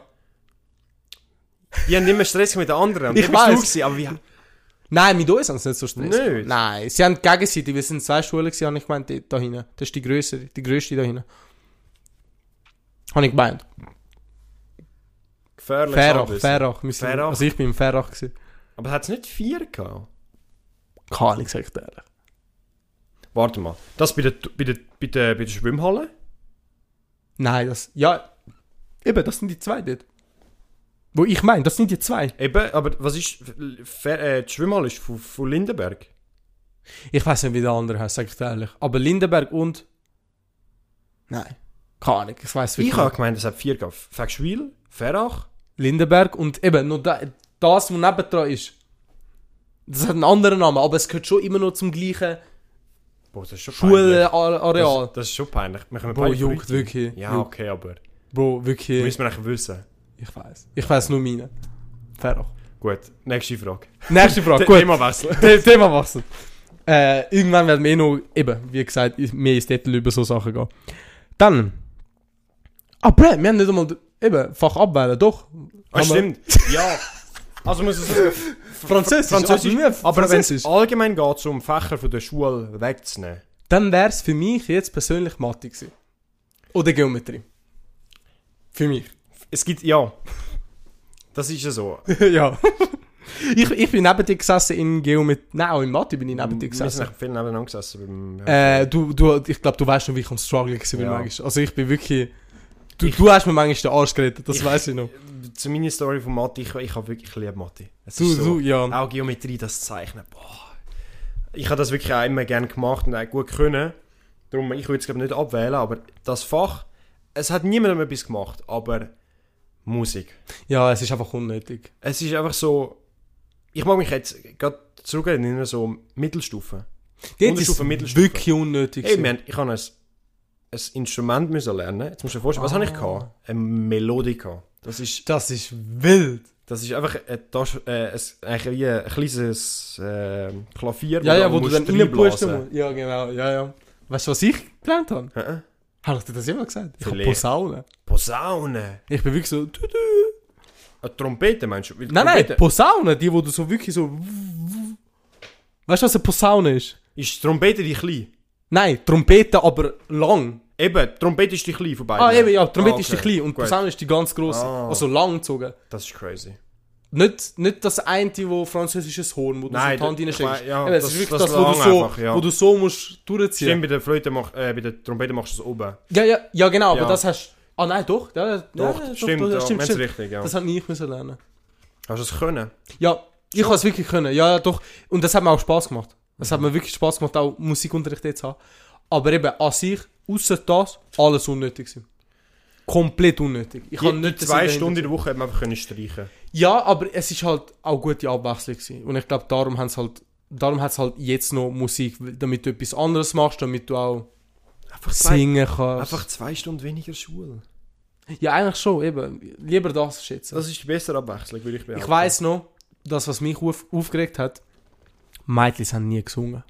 Speaker 1: Die haben immer Stress mit den anderen. Und
Speaker 2: Ich
Speaker 1: dann bist du
Speaker 2: weiss.
Speaker 1: gewesen, aber wie,
Speaker 2: Nein, mit uns haben sie nicht so Stress.
Speaker 1: Nicht?
Speaker 2: gehabt. Nein, sie haben gegenseitig. Wir sind zwei Schulen gewesen, habe ich gemeint, die- da hinten. Das ist die größere, die größte da hinten. Habe ich gemeint.
Speaker 1: gefährlich.
Speaker 2: Ferrach,
Speaker 1: alles.
Speaker 2: Ferrach. wir sind-
Speaker 1: Ferrach.
Speaker 2: Also ich bin im Ferrach gewesen.
Speaker 1: Aber hat es nicht vier gehabt?
Speaker 2: Keine Ahnung, sag ich dir ehrlich.
Speaker 1: Warte mal. Das bei der, bei der, bei der, bei der Schwimmhalle?
Speaker 2: Nein, das. Ja. Eben, das sind die zwei dort. Wo ich meine, das sind die zwei.
Speaker 1: Eben, aber was ist... Fer äh, die Schwimmhalle ist von, von Lindenberg.
Speaker 2: Ich weiß nicht, wie der andere heißt, sag ich dir ehrlich. Aber Lindenberg und. Nein. Keine Ahnung, ich weiß
Speaker 1: Ich
Speaker 2: wirklich.
Speaker 1: habe gemeint, es hat vier gehabt. Fegschwil, Ferrach...
Speaker 2: Lindenberg und eben nur da, das, was nebendran ist. Das hat einen anderen Namen, aber es gehört schon immer noch zum gleichen
Speaker 1: Boah, das ist schon peinlich.
Speaker 2: Schulareal.
Speaker 1: Das, das ist schon peinlich. Wir können
Speaker 2: Bro,
Speaker 1: beide
Speaker 2: juckt
Speaker 1: verrückt.
Speaker 2: wirklich.
Speaker 1: Ja,
Speaker 2: Juckt.
Speaker 1: okay, aber...
Speaker 2: Bro, wirklich.
Speaker 1: Müssen wir eigentlich wissen.
Speaker 2: Ich weiß. Ich weiß nur meine. Ferrach.
Speaker 1: <laughs> Gut, nächste Frage.
Speaker 2: Nächste Frage,
Speaker 1: Gut.
Speaker 2: gut.
Speaker 1: Thema
Speaker 2: <laughs>
Speaker 1: wechseln.
Speaker 2: Thema, Thema wechseln. Äh, irgendwann werden wir eh noch, eben, wie gesagt, mehr ins Detail über so Sachen gehen. Dann. Ah, Brad, wir haben nicht einmal, eben, Fach abwählen, doch.
Speaker 1: Ah,
Speaker 2: Haben wir-
Speaker 1: stimmt. ja. Also muss
Speaker 2: <laughs>
Speaker 1: es...
Speaker 2: Französisch,
Speaker 1: Französisch.
Speaker 2: aber nicht
Speaker 1: Aber wenn
Speaker 2: Französisch.
Speaker 1: es allgemein geht, um Fächer von der Schule wegzunehmen...
Speaker 2: Dann wäre es für mich jetzt persönlich Mathe gewesen. Oder Geometrie. Für mich. <laughs>
Speaker 1: Es gibt... Ja. Das ist ja so.
Speaker 2: ja. ich, ich bin neben dir gesessen in Geometrie. Nein, auch in Mathe bin ich neben dir
Speaker 1: Mm, Wir
Speaker 2: gesessen.
Speaker 1: sind echt viel nebeneinander gesessen. Beim
Speaker 2: Äh, du, du, ich glaube, du weißt noch, wie ich am Struggle war
Speaker 1: Ja.
Speaker 2: manchmal. Also ich bin wirklich... Du, du hast mir manchmal den Arsch gerettet, das
Speaker 1: Ich-
Speaker 2: weiß
Speaker 1: <laughs>
Speaker 2: ich noch.
Speaker 1: Zu meiner Story von Mathe, ich, ich habe wirklich ich liebe Mathe. Es
Speaker 2: Du,
Speaker 1: ist so, Ah.
Speaker 2: du, ja.
Speaker 1: Auch Geometrie, das Zeichnen. Boah. Ich habe das wirklich auch immer gerne gemacht und auch gut können. Darum, ich würde es glaube nicht abwählen, aber das Fach, es hat niemandem etwas gemacht, aber Musik.
Speaker 2: Ja, es ist einfach unnötig.
Speaker 1: Es ist einfach so, ich mag mich jetzt gerade zurückerinnern, so Mittelstufe.
Speaker 2: Dort ist
Speaker 1: Unterstufe,
Speaker 2: es
Speaker 1: Mittelstufe.
Speaker 2: wirklich unnötig.
Speaker 1: Ey,
Speaker 2: gewesen.
Speaker 1: wir haben, ich habe ein, ein Instrument müssen lernen. Jetzt musst du dir vorstellen, was
Speaker 2: Ah.
Speaker 1: habe ich gehabt? Eine Melodika. Das ist
Speaker 2: das ist wild.
Speaker 1: Das ist einfach eine Tasche, äh, es- eigentlich wie ein kleines äh, Klavier,
Speaker 2: Ja, ja,
Speaker 1: dann
Speaker 2: wo du
Speaker 1: musst
Speaker 2: dann
Speaker 1: reinblasen.
Speaker 2: reinpusten musst. Ja, genau, ja, ja. Weißt du, was ich gelernt habe?
Speaker 1: Hä? Hä?
Speaker 2: Habe ich dir das immer gesagt? Ich habe
Speaker 1: Vielleicht.
Speaker 2: Posaune.
Speaker 1: Posaune.
Speaker 2: Ich bin wirklich so... Du, du.
Speaker 1: Eine Trompete meinst du? Weil
Speaker 2: Nein, nein,
Speaker 1: Trompete,
Speaker 2: Posaune, die, wo du so wirklich so... Weißt du, was eine Posaune ist?
Speaker 1: Ist Trompete die klein?
Speaker 2: Nein, Trompete, aber lang.
Speaker 1: Eben, Trompete ist die klein von beiden.
Speaker 2: Ah, eben, ja, Trompete
Speaker 1: Ah,
Speaker 2: ist die
Speaker 1: okay.
Speaker 2: klein und
Speaker 1: Gut.
Speaker 2: Posaune ist die ganz große.
Speaker 1: Ah.
Speaker 2: Also lang gezogen.
Speaker 1: Das ist crazy.
Speaker 2: Nicht, nicht das eine, wo französisches Horn, wo du
Speaker 1: Nein,
Speaker 2: so die Hand
Speaker 1: ich
Speaker 2: reinsteckst.
Speaker 1: mein, ja,
Speaker 2: Eben, es
Speaker 1: das-
Speaker 2: ist wirklich
Speaker 1: das
Speaker 2: das, wo, du
Speaker 1: lang
Speaker 2: so,
Speaker 1: einfach, ja.
Speaker 2: wo du so musst durchziehen
Speaker 1: Stimmt, bei der Flöte mach, äh, bei der Trompete machst du es oben.
Speaker 2: Ja, ja, ja, genau,
Speaker 1: Ja.
Speaker 2: aber das hast Ah nein, doch, ja, ja,
Speaker 1: Doch,
Speaker 2: ja,
Speaker 1: stimmt,
Speaker 2: doch,
Speaker 1: ja,
Speaker 2: stimmt,
Speaker 1: meinst
Speaker 2: stimmt.
Speaker 1: richtig, ja.
Speaker 2: Das habe ich müssen lernen.
Speaker 1: Hast du es können?
Speaker 2: Ja, ich habe es wirklich können, ja, ja, doch. Und das hat mir auch Spaß gemacht. Das hat mir wirklich Spaß gemacht, auch Musikunterricht jetzt zu haben. Aber eben, an sich, außer das, alles unnötig gewesen. Komplett unnötig. Ich habe
Speaker 1: Die-
Speaker 2: nicht
Speaker 1: die
Speaker 2: den
Speaker 1: zwei
Speaker 2: Sinn
Speaker 1: Stunden in
Speaker 2: dahinter.
Speaker 1: der Woche hat man einfach können streichen.
Speaker 2: Ja, aber es ist halt auch gute Abwechslung gewesen. Und ich glaube, darum haben halt, darum hat's halt jetzt noch Musik, damit du etwas anderes machst, damit du auch
Speaker 1: Einfach
Speaker 2: singen kannst.
Speaker 1: einfach zwei Stunden weniger Schule.
Speaker 2: Ja, eigentlich schon, eben. Lieber das schätzen.
Speaker 1: Das ist die bessere Abwechslung, würde ich behaupten.
Speaker 2: Ich weiß noch, das, was mich auf, aufgeregt hat, Mädchen haben nie gesungen.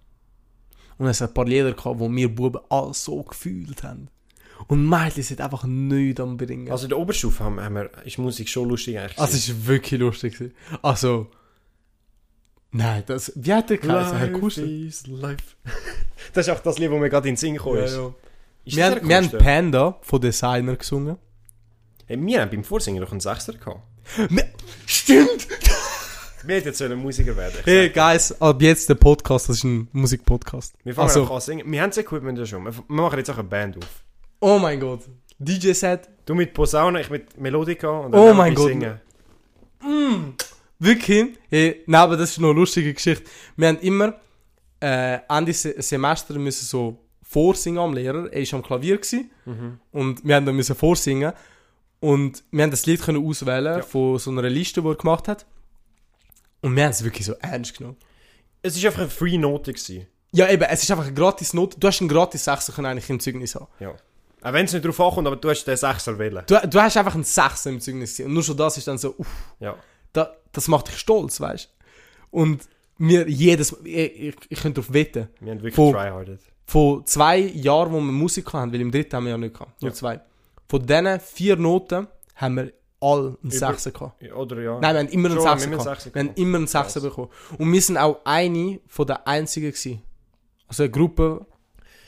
Speaker 2: Und es hat ein paar Lieder gehabt, wo wir Buben alles so gefühlt haben. Und Mädchen sind einfach nichts am Bringen. Ah, Also,
Speaker 1: Also in der Oberstufe haben, haben wir, ist Musik schon lustig eigentlich.
Speaker 2: es war wirklich lustig. gewesen. Also, Nein, das, wie hat der geheißen? Herr
Speaker 1: Life
Speaker 2: Kuschel?
Speaker 1: is life. <laughs> das ist auch das Lied, das mir gerade in den Sinn gekommen ist. ist
Speaker 2: Wir,
Speaker 1: das
Speaker 2: haben-
Speaker 1: Herr
Speaker 2: wir haben
Speaker 1: Kuster?
Speaker 2: Panda von Designer gesungen.
Speaker 1: hey, wir haben beim Vorsingen noch einen Sechster gehabt. Ne,
Speaker 2: Stimmt!
Speaker 1: Wir hätten jetzt sollen Musiker werden.
Speaker 2: Hey, Guys, ab jetzt der Podcast, das ist ein Musikpodcast.
Speaker 1: Wir fangen
Speaker 2: Also,
Speaker 1: einfach an zu singen. Wir haben das Equipment ja schon. Wir f- wir machen jetzt auch eine Band auf.
Speaker 2: oh mein Gott. DJ Set,
Speaker 1: Du mit Posaune, ich mit Melodika und
Speaker 2: Oh
Speaker 1: haben wir
Speaker 2: mein Gott.
Speaker 1: singen.
Speaker 2: Hm. wirklich, hey, nein, aber das ist noch eine lustige Geschichte. Wir haben immer äh, Ende Se Semester müssen so vorsingen am Lehrer. Er war am Klavier gewesen,
Speaker 1: Mhm.
Speaker 2: und wir haben dann müssen vorsingen. Und wir haben das Lied können auswählen
Speaker 1: Ja.
Speaker 2: von so einer Liste, die er gemacht hat. Und wir haben es wirklich so ernst genommen.
Speaker 1: Es war einfach eine Free-Note. gewesen.
Speaker 2: Ja, eben, es ist einfach eine gratis Note. Du hast einen gratis Sechser können eigentlich im Zeugnis haben.
Speaker 1: Ja. Auch wenn es nicht drauf ankommt, aber du hast den Sechser wählen.
Speaker 2: Du, du hast einfach einen Sechser im Zeugnis gesehen. Und nur schon das ist dann so, uff,
Speaker 1: Ja.
Speaker 2: da, das macht dich stolz, weißt du? Und mir jedes Mal, ich, ich, ich könnte darauf wetten,
Speaker 1: Wir haben wirklich
Speaker 2: Voll.
Speaker 1: tryhardet.
Speaker 2: von zwei Jahren, wo wir Musik hatten, weil im dritten haben wir ja nicht gehabt, nur
Speaker 1: Ja.
Speaker 2: zwei. Von diesen vier Noten haben wir alle
Speaker 1: Über-
Speaker 2: einen Sechser gehabt.
Speaker 1: Ja, Oder ja.
Speaker 2: Nein, wir haben immer einen
Speaker 1: Ah. Schon, wir haben immer einen
Speaker 2: Sechser gehabt.
Speaker 1: Sechser
Speaker 2: Wir haben
Speaker 1: gehabt.
Speaker 2: immer einen Sechser bekommen. Und wir sind auch eine von der einzigen gewesen. Also eine Gruppe,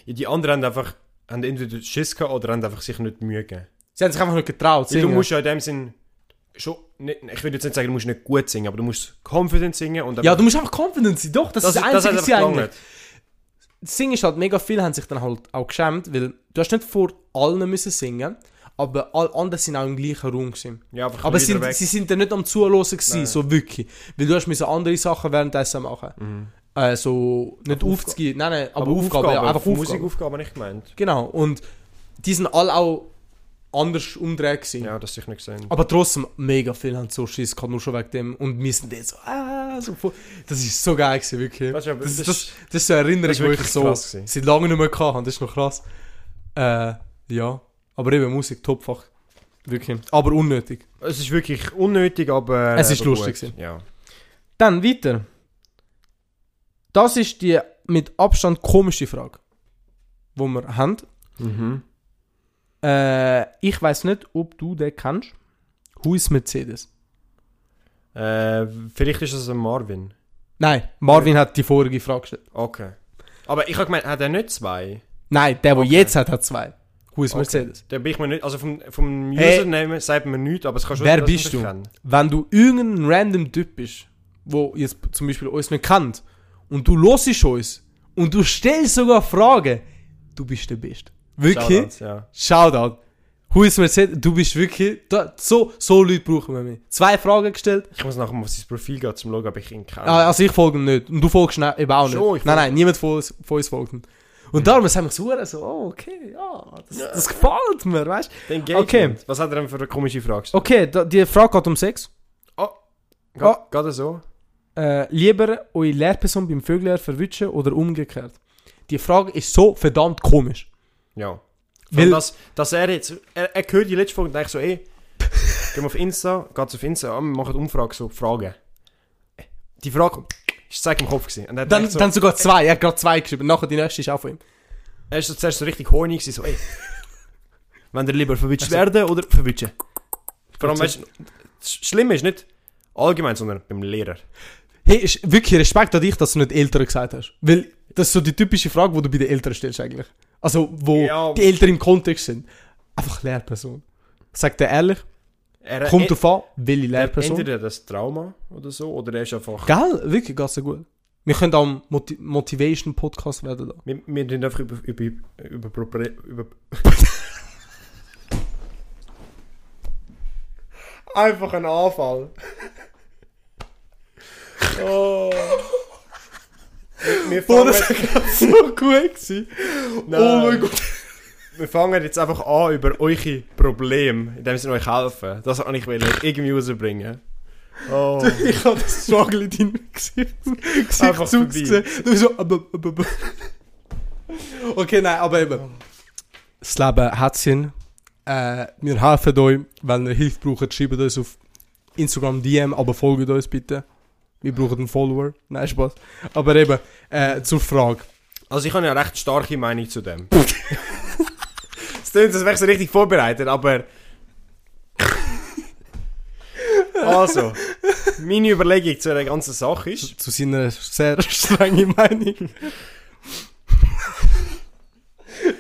Speaker 1: Ja, die anderen haben einfach haben entweder Schiss gehabt oder haben einfach sich nicht Mühe gegeben.
Speaker 2: sie haben sich einfach nicht getraut.
Speaker 1: Weil du
Speaker 2: singen.
Speaker 1: musst ja in dem Sinn schon, nicht, ich würde jetzt nicht sagen, du musst nicht gut singen, aber du musst confident singen und
Speaker 2: ja, du musst einfach confident sein, doch, das,
Speaker 1: das,
Speaker 2: ist das
Speaker 1: das hat
Speaker 2: Einzige, was
Speaker 1: einfach
Speaker 2: sie eigentlich...
Speaker 1: gelangt.
Speaker 2: singen ist halt mega viel, haben sich dann halt auch geschämt, weil du hast nicht vor allen müssen singen, aber alle anderen sind auch im gleichen Raum gewesen.
Speaker 1: Ja, einfach
Speaker 2: Aber
Speaker 1: aber
Speaker 2: sie,
Speaker 1: weg.
Speaker 2: sie sind dann nicht am Zuhören gewesen,
Speaker 1: Nein.
Speaker 2: so wirklich. Weil du hast müssen andere Sachen währenddessen machen. Äh, so, nicht
Speaker 1: Mhm. Aufga-
Speaker 2: aufzugehen, nein, nein, aber, Aufgaben, ja, einfach
Speaker 1: Aufgaben.
Speaker 2: Aufgaben.
Speaker 1: Musikaufgaben nicht gemeint.
Speaker 2: Genau, und die sind alle auch anders umdreht gewesen.
Speaker 1: Ja, das habe ich nicht gesehen.
Speaker 2: Aber trotzdem, mega viel haben so Schiss gehabt, nur schon wegen dem. Und wir sind dann so, ah, so voll. Das ist so geil gewesen, wirklich.
Speaker 1: Das
Speaker 2: Das,
Speaker 1: ist aber-
Speaker 2: das,
Speaker 1: das
Speaker 2: das,
Speaker 1: ist-
Speaker 2: ist so eine Erinnerung,
Speaker 1: das ist
Speaker 2: die ich
Speaker 1: wirklich
Speaker 2: so
Speaker 1: krass gewesen.
Speaker 2: seit langem nicht mehr gehabt habe. Das ist noch krass. Äh, ja. Aber eben Musik, Topfach. Wirklich. Aber unnötig.
Speaker 1: Es ist wirklich unnötig, aber... äh,
Speaker 2: Es ist
Speaker 1: aber
Speaker 2: lustig
Speaker 1: gut.
Speaker 2: gewesen.
Speaker 1: Ja.
Speaker 2: Dann weiter. Das ist die mit Abstand komische Frage, die wir haben.
Speaker 1: Mhm.
Speaker 2: Äh, ich weiß nicht, ob du den kennst. Who is Mercedes?
Speaker 1: Äh, vielleicht ist das ein Marvin.
Speaker 2: Nein, Marvin hat die vorige Frage gestellt.
Speaker 1: Okay. Aber ich habe gemeint, hat er nicht zwei?
Speaker 2: Nein, der, der jetzt hat, hat zwei. Who is
Speaker 1: Okay.
Speaker 2: Mercedes?
Speaker 1: Da bin ich mir nicht... Also vom, vom
Speaker 2: Hey.
Speaker 1: Username sagt man nichts, aber es kann schon
Speaker 2: Wer
Speaker 1: sein, dass man
Speaker 2: bist
Speaker 1: dich
Speaker 2: du?
Speaker 1: kennt.
Speaker 2: Wenn du irgendein random Typ bist, wo jetzt zum Beispiel uns nicht kennt, und du hörst uns, und du stellst sogar Fragen, du bist der Beste. Wirklich?
Speaker 1: Shoutouts, Ja.
Speaker 2: Shoutout. Who is Mercedes? Du bist wirklich... Da, so, so Leute brauchen wir mehr. Zwei Fragen gestellt.
Speaker 1: Ich muss nachher mal auf sein Profil gehen, um zu schauen, ob ich ihn kenne.
Speaker 2: Ah, Also ich folge ihm nicht. Und du folgst ne- eben auch nicht.
Speaker 1: Schon, ich
Speaker 2: nein,
Speaker 1: folge-
Speaker 2: nein, niemand von uns, von uns folgt ihm. Und darum haben wir so, so, oh, okay, ja, das, das gefällt mir, weißt du?
Speaker 1: Den
Speaker 2: Okay.
Speaker 1: Was hat er denn für eine komische Frage gestellt?
Speaker 2: Okay, da, die Frage geht um Sex.
Speaker 1: Geht,
Speaker 2: Ah.
Speaker 1: geht er so?
Speaker 2: äh, lieber eure Lehrperson beim Vögeln verwitschen oder umgekehrt? Die Frage ist so verdammt komisch.
Speaker 1: Ja.
Speaker 2: Weil-
Speaker 1: Weil dass, dass er jetzt... Er, er hört die letzte Folge und denkt so, ey... gehen wir auf Insta, geht's auf Insta, ah, wir machen Umfrage, so Fragen. Die Frage kommt, ist zack im Kopf gewesen. Und er
Speaker 2: Dann,
Speaker 1: denkt so,
Speaker 2: dann sogar zwei, er hat gerade zwei geschrieben, nachher die nächste ist auch von ihm.
Speaker 1: er ist so zuerst so richtig horny gewesen, so ey... <laughs> wenn ihr lieber verwitscht werden oder verwitschen? Vor allem, weißt du, das Schlimme ist nicht allgemein, sondern beim Lehrer.
Speaker 2: Hey, ist wirklich Respekt an dich, dass du nicht Eltern gesagt hast. Weil das ist so die typische Frage, die du bei den Eltern stellst eigentlich. Also, wo
Speaker 1: Ja.
Speaker 2: die Eltern im Kontext sind. Einfach Lehrperson. Sag dir ehrlich,
Speaker 1: Er,
Speaker 2: kommt
Speaker 1: er,
Speaker 2: drauf an, welche
Speaker 1: er,
Speaker 2: Lehrperson.
Speaker 1: Äh, entweder das Trauma oder so, oder er ist einfach...
Speaker 2: Gell? Wirklich, ganz so gut. Wir können auch ein Moti Motivation-Podcast werden da.
Speaker 1: Wir, wir tun einfach über, über, über, Propre- über Einfach ein Anfall. oh. Wir, wir,
Speaker 2: Boah,
Speaker 1: fangen,
Speaker 2: das war <laughs> so gut. Gewesen. Oh
Speaker 1: Nein.
Speaker 2: mein Gott.
Speaker 1: wir fangen jetzt einfach an über eure Probleme, indem sie euch helfen. Das wollte ich will, irgendwie rausbringen. Oh.
Speaker 2: Ich habe das Struggle in deinem Gesicht,
Speaker 1: Einfach
Speaker 2: Gesichtszug
Speaker 1: vorbei.
Speaker 2: gesehen. Du so, ab, ab, ab, ab. Okay, nein, aber eben. Das Leben hat Sinn. Äh, wir helfen euch. Wenn ihr Hilfe braucht, schreibt uns auf Instagram DM, aber folgt uns bitte. Wir brauchen einen Follower. Nein, Spaß. Aber eben, äh, zur Frage.
Speaker 1: Also ich habe ja eine recht starke Meinung zu dem. <laughs> Es klingt, als wäre ich so richtig vorbereitet, aber... also, meine Überlegung zu der ganzen Sache ist,
Speaker 2: Zu seiner sehr <laughs> strengen Meinung.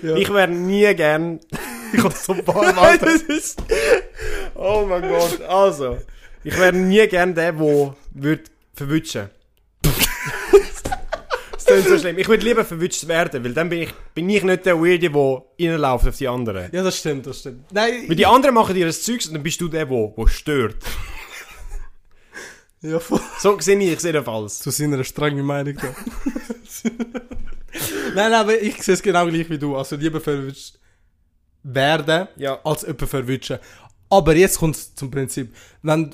Speaker 2: ja.
Speaker 1: ich wäre nie gern.
Speaker 2: ich habe so
Speaker 1: <laughs>
Speaker 2: warm,
Speaker 1: Das ist- oh mein Gott, also. Ich wäre nie gern der, der würd verwutschen Das klingt so schlimm. Ich würde lieber verwutscht werden, weil dann bin ich, bin ich nicht der Weirde, der reinläuft auf die anderen.
Speaker 2: Ja, das stimmt, das stimmt. Nein,
Speaker 1: Weil die anderen machen dir das Zeugs und dann bist du der, der, der stört.
Speaker 2: ja, voll.
Speaker 1: So sehe ich es jedenfalls.
Speaker 2: Zu seiner strengen Meinung da. <laughs> nein, nein, aber ich sehe es genau gleich wie du. Also lieber verwünscht werden,
Speaker 1: Ja.
Speaker 2: als jemanden verwünschen. Aber jetzt kommt es zum Prinzip. Wenn,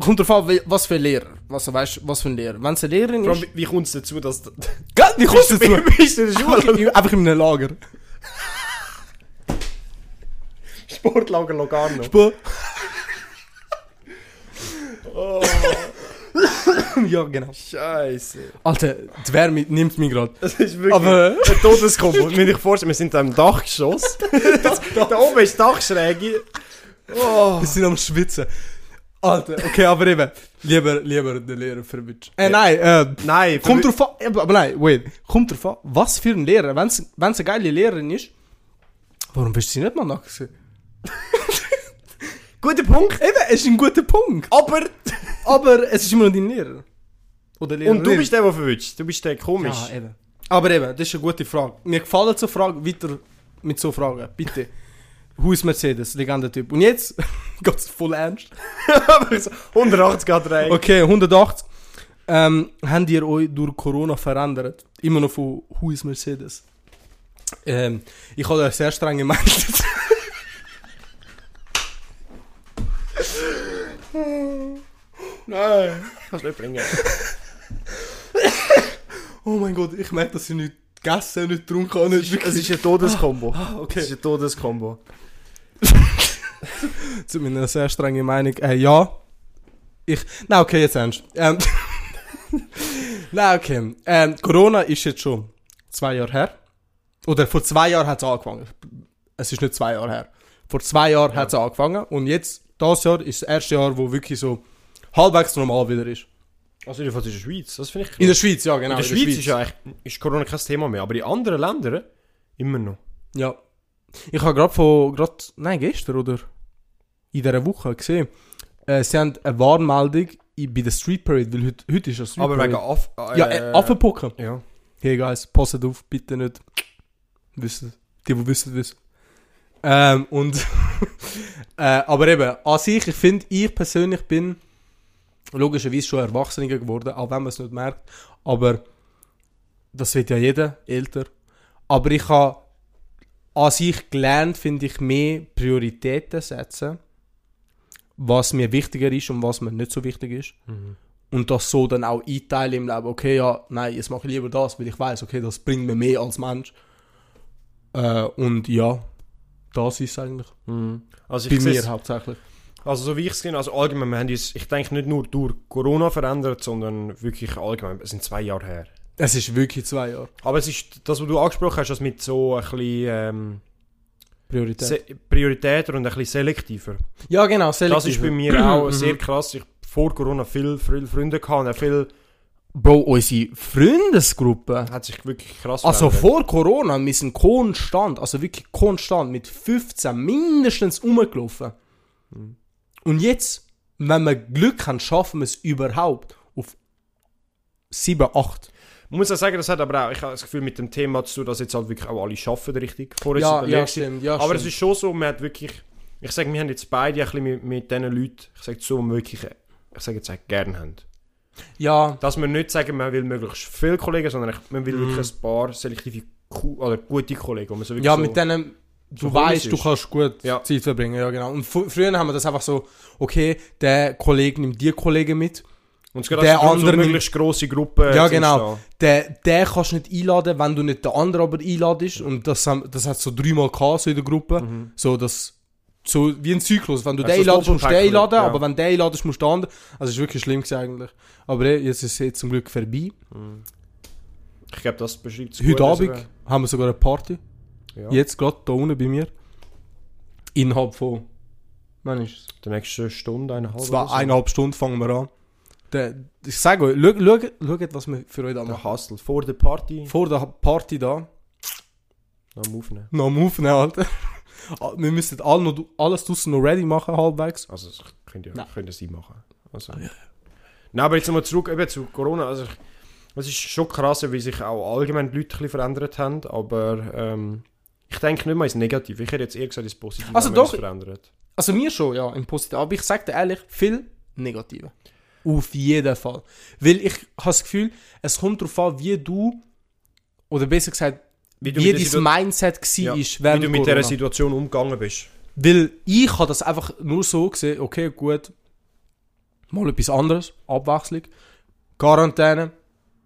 Speaker 2: kommt drauf an, wie- was für ein Lehrer. Was, weißt, was für ein Lehrer. Wenn es eine Lehrerin
Speaker 1: Vor allem,
Speaker 2: ist...
Speaker 1: wie- wie kommt es dazu, dass... <laughs> du-
Speaker 2: Gell, wie kommst du dazu?
Speaker 1: <laughs> Bist du in der
Speaker 2: Einfach
Speaker 1: Schule?
Speaker 2: in- <laughs> Einfach in einem Lager.
Speaker 1: Sportlager Locarno.
Speaker 2: Bo- <laughs> ja, genau.
Speaker 1: Scheiße.
Speaker 2: Alter, die Wärme nimmt mich gerade.
Speaker 1: Das ist wirklich
Speaker 2: Aber-
Speaker 1: ein Todeskompott. <laughs> Wenn ich vorstelle, wir sind am Dachgeschoss. <laughs> das, da oben ist die Dachschräge. Oh.
Speaker 2: Wir sind am Schwitzen. Alter, okay, aber eben. Lieber, lieber den Lehrer verwünschen. Äh, nein, äh... pff,
Speaker 1: Nein,
Speaker 2: Kommt drauf an, eben, aber nein, wait. Kommt drauf an, was für ein Lehrer. Wenn es eine geile Lehrerin ist, warum bist du sie nicht mal nackt gewesen?
Speaker 1: guter Punkt.
Speaker 2: Eben, es ist ein guter Punkt.
Speaker 1: Aber...
Speaker 2: Aber es ist immer noch dein Lehrer. Oder Lehrerin.
Speaker 1: Und du bist der, der verwünscht. Du bist der komisch.
Speaker 2: Ja, eben. Aber eben, das ist eine gute Frage. Mir gefallen so Fragen, weiter mit so Fragen, bitte. Who is Mercedes, Legendentyp. Und jetzt <laughs> geht's voll ernst.
Speaker 1: <laughs> Aber so 180 Grad rein.
Speaker 2: Okay, 180. Ähm, habt ihr euch durch Corona verändert? Immer noch von Who is Mercedes? Ähm, ich habe eine sehr strenge Meinung. dazu.
Speaker 1: Nein. Kannst du nicht bringen.
Speaker 2: <laughs> oh mein Gott, ich merke, dass ich nicht gegessen, nicht getrunken habe. Nicht
Speaker 1: Es ist
Speaker 2: wirklich.
Speaker 1: ein Todeskombo.
Speaker 2: okay.
Speaker 1: Es ist ein Todeskombo.
Speaker 2: Zu meiner sehr strengen Meinung, äh, ja. Ich. Na okay, jetzt ernst. Ähm, <laughs> Na okay. Ähm, Corona ist jetzt schon zwei Jahre her. Oder vor zwei Jahren hat es angefangen. Es ist nicht zwei Jahre her. Vor zwei Jahren hat es angefangen und jetzt, das Jahr, ist das erste Jahr, wo wirklich so halbwegs normal wieder ist.
Speaker 1: Also jedenfalls in der Schweiz. Das finde ich krass.
Speaker 2: In der Schweiz, ja, genau.
Speaker 1: in der Schweiz, ist ja eigentlich ist Corona kein Thema mehr. Aber in anderen Ländern immer noch.
Speaker 2: Ja. Ich habe gerade von, grad, nein, gestern oder in dieser Woche gesehen, äh, sie haben eine Warnmeldung i- bei der Street Parade, weil heute, heute ist ja Street
Speaker 1: Aber
Speaker 2: Parade.
Speaker 1: wegen Aff... äh,
Speaker 2: ja, äh, Affenpocken.
Speaker 1: Ja.
Speaker 2: Hey guys, passet auf, bitte nicht. Wissen. Die, die wissen, wissen. Ähm, und, <laughs> äh, aber eben, an sich, ich finde, ich persönlich bin logischerweise schon erwachsener geworden, auch wenn man es nicht merkt. Aber das wird ja jeder älter. Aber ich habe an sich gelernt, finde ich, mehr Prioritäten setzen, was mir wichtiger ist und was mir nicht so wichtig ist. Und das so dann auch einteilen im Leben. Okay, ja, nein, jetzt mache ich lieber das, weil ich weiß, okay, das bringt mir mehr als Mensch. Äh, und ja, das ist eigentlich
Speaker 1: Also
Speaker 2: bei
Speaker 1: ich sehe
Speaker 2: mir halt. hauptsächlich.
Speaker 1: Also so wie ich es gesehen also allgemein, wir haben uns, ich denke nicht nur durch Corona verändert, sondern wirklich allgemein, es sind zwei Jahre her.
Speaker 2: Es ist wirklich zwei Jahre.
Speaker 1: Aber es ist, das, was du angesprochen hast, das mit so ein bisschen ähm,
Speaker 2: Priorität.
Speaker 1: se- prioritäter und ein bisschen selektiver.
Speaker 2: ja, genau, selektiv.
Speaker 1: Das ist bei mir
Speaker 2: <clears throat>
Speaker 1: auch sehr krass. Ich hab vor Corona viel, viel Freunde gehabt und auch viel
Speaker 2: Bro, unsere Freundesgruppe.
Speaker 1: hat sich wirklich krass
Speaker 2: Also
Speaker 1: verändert.
Speaker 2: vor Corona, wir sind konstant, also wirklich konstant, mit 15 mindestens rumgelaufen.
Speaker 1: Mhm.
Speaker 2: Und jetzt, wenn wir Glück haben, schaffen wir es überhaupt auf 7, 8.
Speaker 1: Ich muss auch sagen, das hat aber auch, ich habe das Gefühl mit dem Thema zu, tun, dass jetzt halt wirklich auch alle arbeiten richtig. Vorher
Speaker 2: Ja,
Speaker 1: ist es
Speaker 2: ja,
Speaker 1: leer gewesen.
Speaker 2: stimmt, ja,
Speaker 1: aber
Speaker 2: stimmt.
Speaker 1: es ist schon so, man hat wirklich, ich sage, wir haben jetzt beide ein bisschen mit, mit diesen Leuten, ich sage so, die wir wirklich, ich sage jetzt auch gerne haben.
Speaker 2: Ja,
Speaker 1: dass man nicht sagen, man will möglichst viele Kollegen, sondern ich- man will
Speaker 2: Mhm.
Speaker 1: wirklich ein paar selektive Ku- oder gute Kollegen. wo Man so wirklich
Speaker 2: ja
Speaker 1: so,
Speaker 2: mit denen, du
Speaker 1: so
Speaker 2: weißt, du
Speaker 1: komisch
Speaker 2: kannst gut
Speaker 1: Ja.
Speaker 2: Zeit verbringen, ja genau. Und fr früher haben wir das einfach so, okay, der Kollege nimmt die Kollegen mit,
Speaker 1: und es geht auch
Speaker 2: der
Speaker 1: darum, so
Speaker 2: andere-
Speaker 1: möglichst grosse Gruppen
Speaker 2: Ja,
Speaker 1: zu
Speaker 2: genau.
Speaker 1: entstehen.
Speaker 2: Den, den kannst du nicht einladen, wenn du nicht den anderen aber einladest. Und das, haben- das hat so dreimal gehabt, so in der Gruppe. So, das, so wie Mhm. ein Zyklus. Wenn du
Speaker 1: Also
Speaker 2: den
Speaker 1: das
Speaker 2: einladest, musst du den
Speaker 1: Doppelpäckchen,
Speaker 2: einladen,
Speaker 1: ja.
Speaker 2: aber wenn du den einladest, musst du den anderen. Also, es war wirklich schlimm gewesen eigentlich. Aber eh, jetzt ist es eh zum Glück vorbei.
Speaker 1: Ich glaube, das beschreibt es
Speaker 2: Heute
Speaker 1: gut, also,
Speaker 2: Abend haben wir sogar eine Party.
Speaker 1: Ja.
Speaker 2: Jetzt gerade da unten bei mir. Innerhalb von Wann ist es?
Speaker 1: Die nächste Stunde, eineinhalb.
Speaker 2: Zwei, eineinhalb Stunden fangen wir an. Der- ich sage euch, schau- schau- schaut, was wir für euch da machen.
Speaker 1: Nach Hustle. Vor der Party.
Speaker 2: Vor der Party da,
Speaker 1: Am Aufnehmen.
Speaker 2: noch am Aufnehmen, Alter. <laughs> Ah, wir müssen alle noch, alles draussen noch ready machen, halbwegs.
Speaker 1: Also, das könnt ihr,
Speaker 2: Nein.
Speaker 1: könnt ihr sie machen. Also.
Speaker 2: Ah, ja.
Speaker 1: Nein, aber jetzt nochmal zurück eben zu Corona. Also, ich- es ist schon krass, wie sich auch allgemein die Leute ein bisschen verändert haben, aber ähm, ich denke nicht mal ins Negative. Ich hätte jetzt eher gesagt, ins Positive,
Speaker 2: Also
Speaker 1: wenn
Speaker 2: doch-
Speaker 1: es verändert.
Speaker 2: Also mir schon, ja, im Positiven. Aber ich sage dir ehrlich, viel Negative. Auf jeden Fall. Weil ich habe das Gefühl, es kommt darauf an, wie du, oder besser gesagt,
Speaker 1: Wie
Speaker 2: wie,
Speaker 1: du mit der
Speaker 2: dein
Speaker 1: Situ-
Speaker 2: Mindset war
Speaker 1: Ja.
Speaker 2: ist
Speaker 1: Wenn
Speaker 2: während
Speaker 1: du mit
Speaker 2: Corona.
Speaker 1: dieser Situation umgegangen bist.
Speaker 2: Weil ich habe das einfach nur so gesehen, okay, gut, mal etwas anderes, Abwechslung, Quarantäne,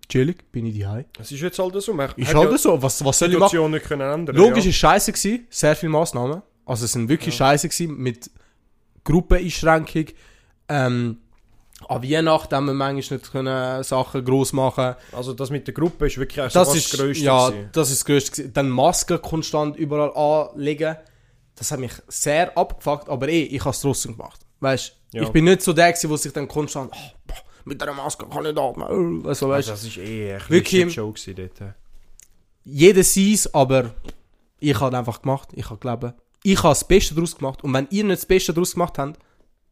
Speaker 2: chillig, bin ich daheim.
Speaker 1: Es ist jetzt halt so. Man
Speaker 2: Ist
Speaker 1: hat
Speaker 2: halt
Speaker 1: ja
Speaker 2: so, was, was
Speaker 1: die
Speaker 2: soll ich machen?
Speaker 1: Situation nicht können ändern.
Speaker 2: Logisch
Speaker 1: ja.
Speaker 2: ist scheiße gewesen, sehr viele Massnahmen. Also es sind wirklich
Speaker 1: Ja.
Speaker 2: scheiße gewesen mit Gruppeneinschränkung. Ähm, an Weihnachten haben wir manchmal nicht können Sachen gross machen.
Speaker 1: Also das mit der Gruppe ist wirklich auch so
Speaker 2: Das
Speaker 1: fast
Speaker 2: ist,
Speaker 1: das Größte.
Speaker 2: ja,
Speaker 1: gewesen.
Speaker 2: das ist das Größte. gewesen. Dann Masken konstant überall anlegen. Das hat mich sehr abgefuckt, aber eh, ich habe es trotzdem gemacht. Weißt
Speaker 1: Ja.
Speaker 2: ich bin nicht so der, gewesen, der sich dann konstant, oh, boah, mit dieser Maske kann ich nicht atmen. Also,
Speaker 1: Also,
Speaker 2: weißt,
Speaker 1: das ist eh ein
Speaker 2: Wirklich-
Speaker 1: bisschen Show gewesen dort.
Speaker 2: jeder seins, aber ich habe einfach gemacht, ich habe gelebt. Ich habe das Beste daraus gemacht und wenn ihr nicht das Beste daraus gemacht habt,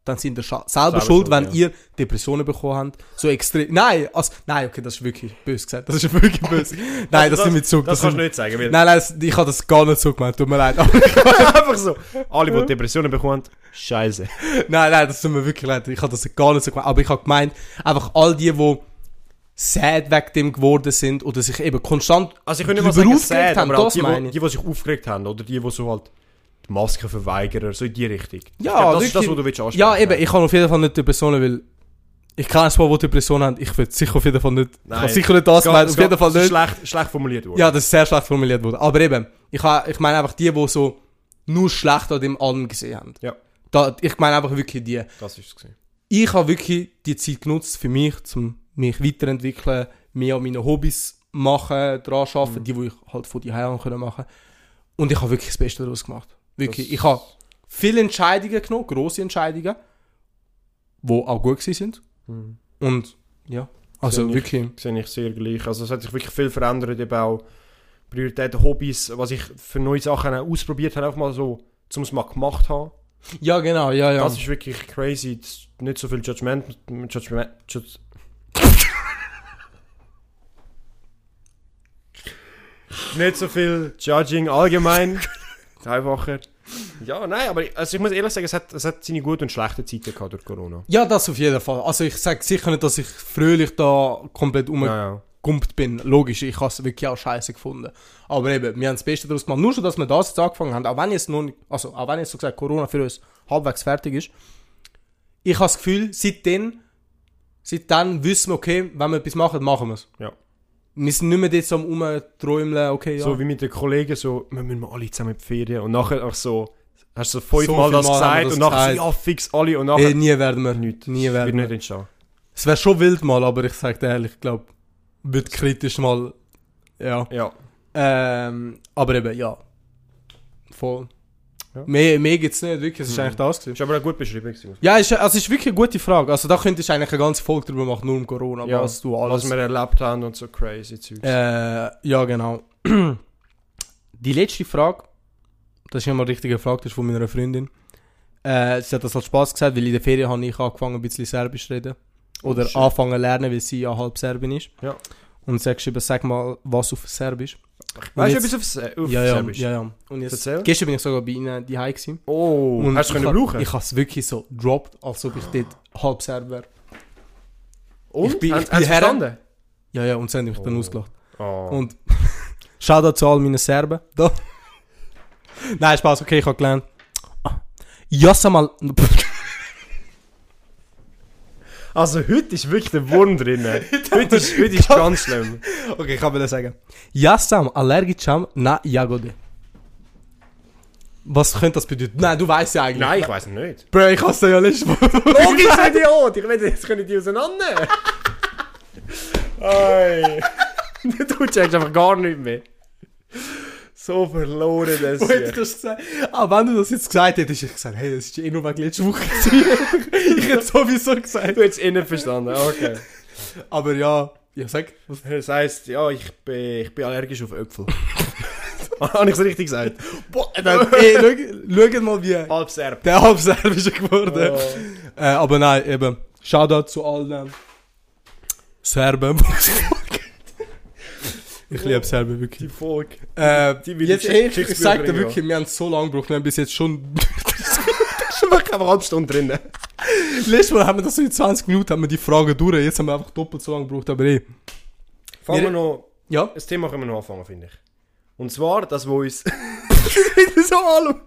Speaker 2: dann sind ihr scha-
Speaker 1: Selber
Speaker 2: selber, schuld,
Speaker 1: schuld,
Speaker 2: wenn
Speaker 1: ja.
Speaker 2: ihr Depressionen bekommen habt. So extrem. Nein, also, nein, okay, das ist wirklich böse gesagt. Das ist wirklich
Speaker 1: <laughs>
Speaker 2: böse. Nein,
Speaker 1: Also
Speaker 2: das, sind wir zu.
Speaker 1: Das,
Speaker 2: sind
Speaker 1: kannst du nicht sagen, weil
Speaker 2: Nein, nein, das, ich habe das gar nicht so gemeint. Tut mir leid. Aber, <laughs>
Speaker 1: einfach so. Alle, die Depressionen bekommen, scheiße.
Speaker 2: nein, nein, das tut mir wirklich leid. Ich habe das gar nicht so gemeint. Aber ich habe gemeint, einfach all die, die sad wegen dem geworden sind oder sich eben konstant
Speaker 1: Also ich würde
Speaker 2: Darüber
Speaker 1: nicht mal sagen,
Speaker 2: aufgeregt
Speaker 1: sad,
Speaker 2: haben,
Speaker 1: aber halt
Speaker 2: das
Speaker 1: die,
Speaker 2: meine
Speaker 1: die,
Speaker 2: ich.
Speaker 1: die, die sich aufgeregt haben oder die, die so halt die Maskenverweigerer, so in die Richtung. Ich
Speaker 2: Ja,
Speaker 1: glaub, das
Speaker 2: wirklich.
Speaker 1: ist das, was du willst ansprechen.
Speaker 2: Ja, eben, ich kann auf jeden Fall nicht Depressionen, weil ich kenne ein paar, die Depressionen haben. Ich will sicher auf jeden Fall nicht. ich
Speaker 1: Nein.
Speaker 2: kann sicher nicht das
Speaker 1: Es geht-
Speaker 2: meinen,
Speaker 1: es
Speaker 2: auf jeden
Speaker 1: geht-
Speaker 2: Fall
Speaker 1: es ist
Speaker 2: nicht.
Speaker 1: Schlecht, schlecht formuliert worden.
Speaker 2: Ja, das ist sehr schlecht formuliert worden. Aber eben, ich, ha- ich meine einfach die, die so nur schlecht an dem allem gesehen haben.
Speaker 1: Ja.
Speaker 2: Da, ich meine einfach wirklich die.
Speaker 1: Das ist es. gewesen.
Speaker 2: Ich habe wirklich die Zeit genutzt für mich, um mich weiterentwickeln, mehr an meinen Hobbys machen, dran arbeiten, die, die ich halt von die machen konnte. Und ich habe wirklich das Beste daraus gemacht. Wirklich.
Speaker 1: Das-
Speaker 2: Ich habe viele Entscheidungen genommen, grosse Entscheidungen, die auch gut gewesen sind.
Speaker 1: Mhm.
Speaker 2: Und ja, also
Speaker 1: Sehe ich.
Speaker 2: wirklich.
Speaker 1: Sehe ich sehr gleich. Also es hat sich wirklich viel verändert, eben auch Prioritäten, Hobbys, was ich für neue Sachen auch ausprobiert habe, einfach mal so, um es mal gemacht zu haben.
Speaker 2: Ja, genau, ja, ja.
Speaker 1: Das ist wirklich crazy. Das ist nicht so viel Judgment. Judgment Jud nicht so viel Judging
Speaker 2: <laughs>
Speaker 1: allgemein. Einfacher. Ja, nein, aber ich- also ich muss ehrlich sagen, es hat, es hat seine guten und schlechten Zeiten gehabt durch Corona.
Speaker 2: ja, das auf jeden Fall. Also ich sage sicher nicht, dass ich fröhlich da komplett um
Speaker 1: Ja,
Speaker 2: gumpt bin. Logisch, ich habe es wirklich auch scheiße gefunden. Aber eben, wir haben das Beste daraus gemacht. Nur schon, dass wir das jetzt angefangen haben, auch wenn jetzt nun, also auch wenn jetzt so gesagt Corona für uns halbwegs fertig ist, ich habe das Gefühl, seitdem, seitdem wissen wir, okay, wenn wir etwas machen, machen wir es.
Speaker 1: Ja.
Speaker 2: Wir sind nicht mehr dort so am rumträumeln, okay, ja.
Speaker 1: So wie mit den Kollegen, so, wir müssen mal alle zusammen in die Ferien. Und nachher auch so, hast du so
Speaker 2: So
Speaker 1: fünfmal
Speaker 2: viel
Speaker 1: das
Speaker 2: Mal haben wir
Speaker 1: gesagt
Speaker 2: das
Speaker 1: und nachher so,
Speaker 2: gesagt.
Speaker 1: ja, fix alle und nachher
Speaker 2: Ey, nie werden wir.
Speaker 1: nichts.
Speaker 2: Nie
Speaker 1: Wird
Speaker 2: werden
Speaker 1: nicht
Speaker 2: wir.
Speaker 1: entstehen.
Speaker 2: Es wäre schon wild mal, aber ich sage dir ehrlich, ich glaube, wird kritisch mal, ja.
Speaker 1: Ja.
Speaker 2: Ähm, aber eben, ja. Voll.
Speaker 1: Ja.
Speaker 2: Mehr, mehr gibt es nicht, wirklich. Es ist
Speaker 1: Mhm.
Speaker 2: eigentlich das gewesen.
Speaker 1: Ist aber auch gut beschrieben. gewesen.
Speaker 2: Ja, ist, also ist wirklich eine gute Frage. Also da könntest du eigentlich eine ganze Folge drüber machen, nur um Corona,
Speaker 1: Ja,
Speaker 2: was du alles...
Speaker 1: Was wir erlebt haben und so crazy Zeugs.
Speaker 2: äh, ja, genau. <clears throat> Die letzte Frage, das ist immer eine richtige Frage, das ist von meiner Freundin. Äh, sie hat das als Spaß gesagt, weil in der Ferien habe ich angefangen ein bisschen Serbisch zu reden. Oder
Speaker 1: Oh, schön.
Speaker 2: anfangen zu lernen, weil sie ja halb Serbin ist.
Speaker 1: Ja.
Speaker 2: Und sie hat geschrieben, sag mal was auf Serbisch. Und
Speaker 1: Weißt du
Speaker 2: jetzt-
Speaker 1: etwas auf, Se- auf
Speaker 2: ja, ja,
Speaker 1: Serbisch?
Speaker 2: Ja, ja. Und jetzt,
Speaker 1: Erzähl.
Speaker 2: gestern bin ich sogar bei ihnen die gewesen.
Speaker 1: Oh,
Speaker 2: Und
Speaker 1: hast du
Speaker 2: ich
Speaker 1: können
Speaker 2: hab-
Speaker 1: brauchen?
Speaker 2: Ich habe es wirklich so gedroppt, als ob ich dort halb Serb wäre.
Speaker 1: und?
Speaker 2: ich bin-
Speaker 1: Haben-
Speaker 2: ich
Speaker 1: haben
Speaker 2: bin
Speaker 1: sie
Speaker 2: her-
Speaker 1: verstanden?
Speaker 2: Ja, ja, und sie haben mich dann
Speaker 1: Oh.
Speaker 2: ausgelacht.
Speaker 1: Oh.
Speaker 2: Und Shoutout zu all meinen Serben. <laughs> Da. Nein, Spaß, okay, ich habe gelernt. Jassa <laughs> mal.
Speaker 1: Also heute ist wirklich der Wurm drin. <laughs> heute ist, heute ist ganz schlimm.
Speaker 2: okay, ich kann mir das sagen. Jassam allergicham na Jagode. Was könnte das bedeuten? Nein, du weißt ja eigentlich.
Speaker 1: Nein, ich weiß nicht.
Speaker 2: Bro, ich hasse ja letztes Mal. <laughs>
Speaker 1: <laughs> Logisch Idiot! Ich werde jetzt können die auseinander.
Speaker 2: <laughs>
Speaker 1: Oi. du checkst einfach gar nicht mehr. So verloren,
Speaker 2: <laughs>
Speaker 1: das
Speaker 2: Und hätte ich
Speaker 1: ist.
Speaker 2: das gesagt. Aber wenn du das jetzt gesagt hättest, hätte ich gesagt, hey, das ist eh nur wegen letzter Woche. gewesen. <laughs> ich hätte sowieso gesagt.
Speaker 1: Du hättest innen verstanden, okay.
Speaker 2: Aber ja, ja, sag. Was?
Speaker 1: Das heisst, ja, ich bin, ich bin allergisch auf <laughs> Äpfel. Habe ich es richtig gesagt? Äh,
Speaker 2: Boah,
Speaker 1: <laughs>
Speaker 2: dann, ey, schau, schau mal, wie
Speaker 1: Halb Serb.
Speaker 2: der halb Serbische geworden
Speaker 1: Oh.
Speaker 2: Äh, aber nein, eben. Shoutout zu allen Serben. die uns folgen. ich liebe Serben, wirklich.
Speaker 1: Die <laughs> Folge.
Speaker 2: Äh,
Speaker 1: Die will
Speaker 2: jetzt
Speaker 1: ich
Speaker 2: ehrlich,
Speaker 1: Shakespeare
Speaker 2: ich sag dir
Speaker 1: bringen,
Speaker 2: wirklich, wir haben so lange gebraucht, wir haben bis jetzt schon... <laughs>
Speaker 1: Das ist wirklich eine halbe Stunde drin.
Speaker 2: Letztes Mal haben wir das so in 20 Minuten, haben wir die Frage durch, jetzt haben wir einfach doppelt so lange gebraucht, aber ey.
Speaker 1: Fangen wir
Speaker 2: Wir-
Speaker 1: noch...
Speaker 2: Ja?
Speaker 1: Das Thema können wir noch anfangen, finde ich. Und zwar das, wo <laughs> uns...
Speaker 2: so allem.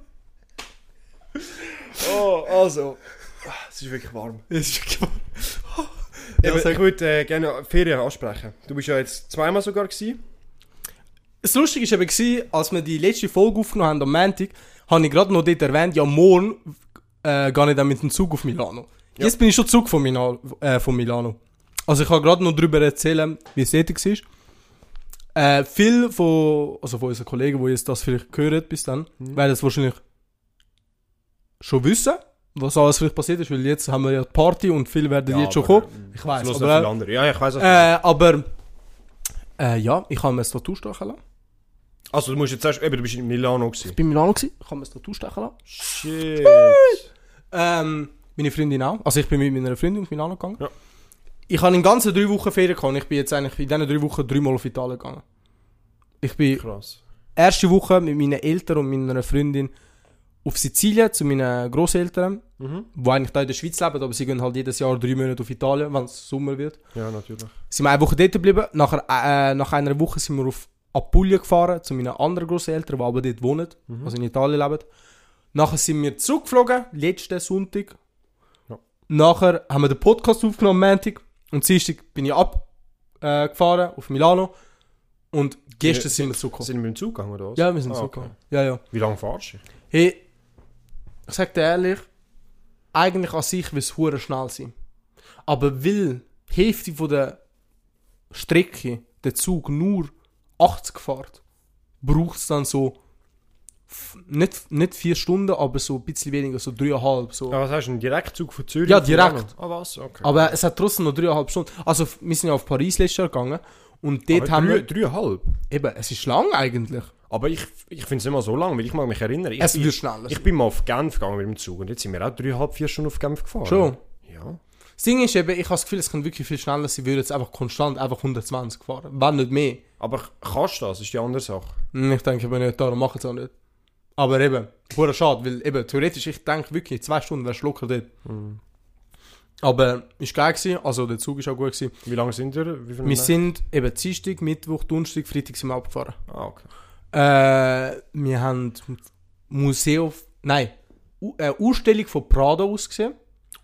Speaker 1: oh, also... Es ist wirklich warm.
Speaker 2: Es ist wirklich...
Speaker 1: Eben,
Speaker 2: sag-
Speaker 1: ich würde äh, gerne Ferien ansprechen. Du bist ja jetzt zweimal sogar gewesen.
Speaker 2: Das Lustige war eben, gewesen, als wir die letzte Folge aufgenommen haben am Montag, habe ich gerade noch dort erwähnt, ja, morgen äh, gehe ich dann mit dem Zug auf Milano.
Speaker 1: Ja.
Speaker 2: Jetzt bin ich schon Zug von, Mina- äh, von Milano. Also ich kann gerade noch darüber erzählen, wie es dort war. Äh, viele von, also von unseren Kollegen, die jetzt das vielleicht hören bis dann, werden es wahrscheinlich schon wissen, was alles vielleicht passiert ist, weil jetzt haben wir ja die Party und viele werden jetzt schon kommen. Ich weiß,
Speaker 1: aber... äh,
Speaker 2: aber-
Speaker 1: Viele andere. Ja, ich weiß auch.
Speaker 2: Äh, aber äh, ja, ich habe mir ein Tattoo stechen lassen.
Speaker 1: Also du musst jetzt erst... Eben, du bist in Milano gewesen.
Speaker 2: Ich bin in Milano, gewesen, ich habe mir ein Tattoo stechen lassen.
Speaker 1: Shit.
Speaker 2: Ähm, meine Freundin auch. Also ich bin mit meiner Freundin auf Milano gegangen.
Speaker 1: Ja.
Speaker 2: Ich habe in ganzen drei Wochen Ferien gehabt. und Ich bin jetzt eigentlich in diesen drei Wochen dreimal auf Italien gegangen. Ich bin
Speaker 1: Krass.
Speaker 2: erste Woche mit meinen Eltern und meiner Freundin auf Sizilien zu meinen Großeltern,
Speaker 1: Mhm.
Speaker 2: die eigentlich da in der Schweiz leben, aber sie gehen halt jedes Jahr drei Monate auf Italien, wenn es Sommer wird.
Speaker 1: Ja, natürlich.
Speaker 2: Sind wir eine Woche dort geblieben. Nach, äh, nach einer Woche sind wir auf Apulia gefahren zu meinen anderen Großeltern, die aber dort wohnen,
Speaker 1: Mhm.
Speaker 2: also in Italien leben. Nachher sind wir zurückgeflogen, letzten Sonntag.
Speaker 1: Ja.
Speaker 2: Nachher haben wir den Podcast aufgenommen, am Montag. Und Dienstag bin ich abgefahren äh, gefahren auf Milano. Und gestern
Speaker 1: Wir-
Speaker 2: sind wir zurückgekommen.
Speaker 1: Sind wir mit dem Zug gegangen oder was?
Speaker 2: Ja, wir sind
Speaker 1: Ah,
Speaker 2: zurückgekommen.
Speaker 1: okay.
Speaker 2: Ja, ja.
Speaker 1: Wie lange fahrst du?
Speaker 2: Hey, ich sag dir ehrlich, eigentlich an sich will es hure schnell sein. Aber weil die Hälfte von der Strecke der Zug nur 80 fährt, braucht es dann so f- nicht, nicht vier Stunden, aber so ein bisschen weniger, so dreieinhalb. So.
Speaker 1: Ah, was hast du? Einen Direktzug von Zürich?
Speaker 2: Ja,
Speaker 1: nach Milano?
Speaker 2: direkt.
Speaker 1: Ah, was? Okay.
Speaker 2: Aber es hat trotzdem noch dreieinhalb Stunden. Also f- wir sind ja auf Paris letztes Jahr gegangen und dort
Speaker 1: Aber
Speaker 2: haben
Speaker 1: drei,
Speaker 2: wir...
Speaker 1: dreieinhalb.
Speaker 2: Eben, es ist lang eigentlich.
Speaker 1: Aber ich, ich finde es nicht mal so lang, weil ich mag mich erinnern. Ich,
Speaker 2: Es
Speaker 1: bin-
Speaker 2: wird schneller
Speaker 1: ich
Speaker 2: sein.
Speaker 1: bin mal auf Genf gegangen mit dem Zug und jetzt sind wir auch dreieinhalb, vier Stunden auf Genf gefahren.
Speaker 2: Schon.
Speaker 1: Ja.
Speaker 2: Das Ding ist eben, ich habe das Gefühl, es kann wirklich viel schneller sein, würde jetzt einfach konstant einfach 120 fahren. Wenn nicht mehr.
Speaker 1: Aber kannst du das? Ist die andere Sache.
Speaker 2: Hm, Ich denke aber nicht, darum machen sie auch nicht. Aber eben, pure schade, weil eben, theoretisch, ich denke wirklich, in zwei Stunden wärst du locker dort. Aber ist geil gewesen, also der Zug ist auch gut gewesen.
Speaker 1: Wie lange sind wir? Wie viele
Speaker 2: Wir sind eben Dienstag, Mittwoch, Donnerstag, Freitag sind wir abgefahren.
Speaker 1: Ah, okay.
Speaker 2: Äh, wir haben Museum, nein, U äh, Ausstellung von Prada ausgesehen.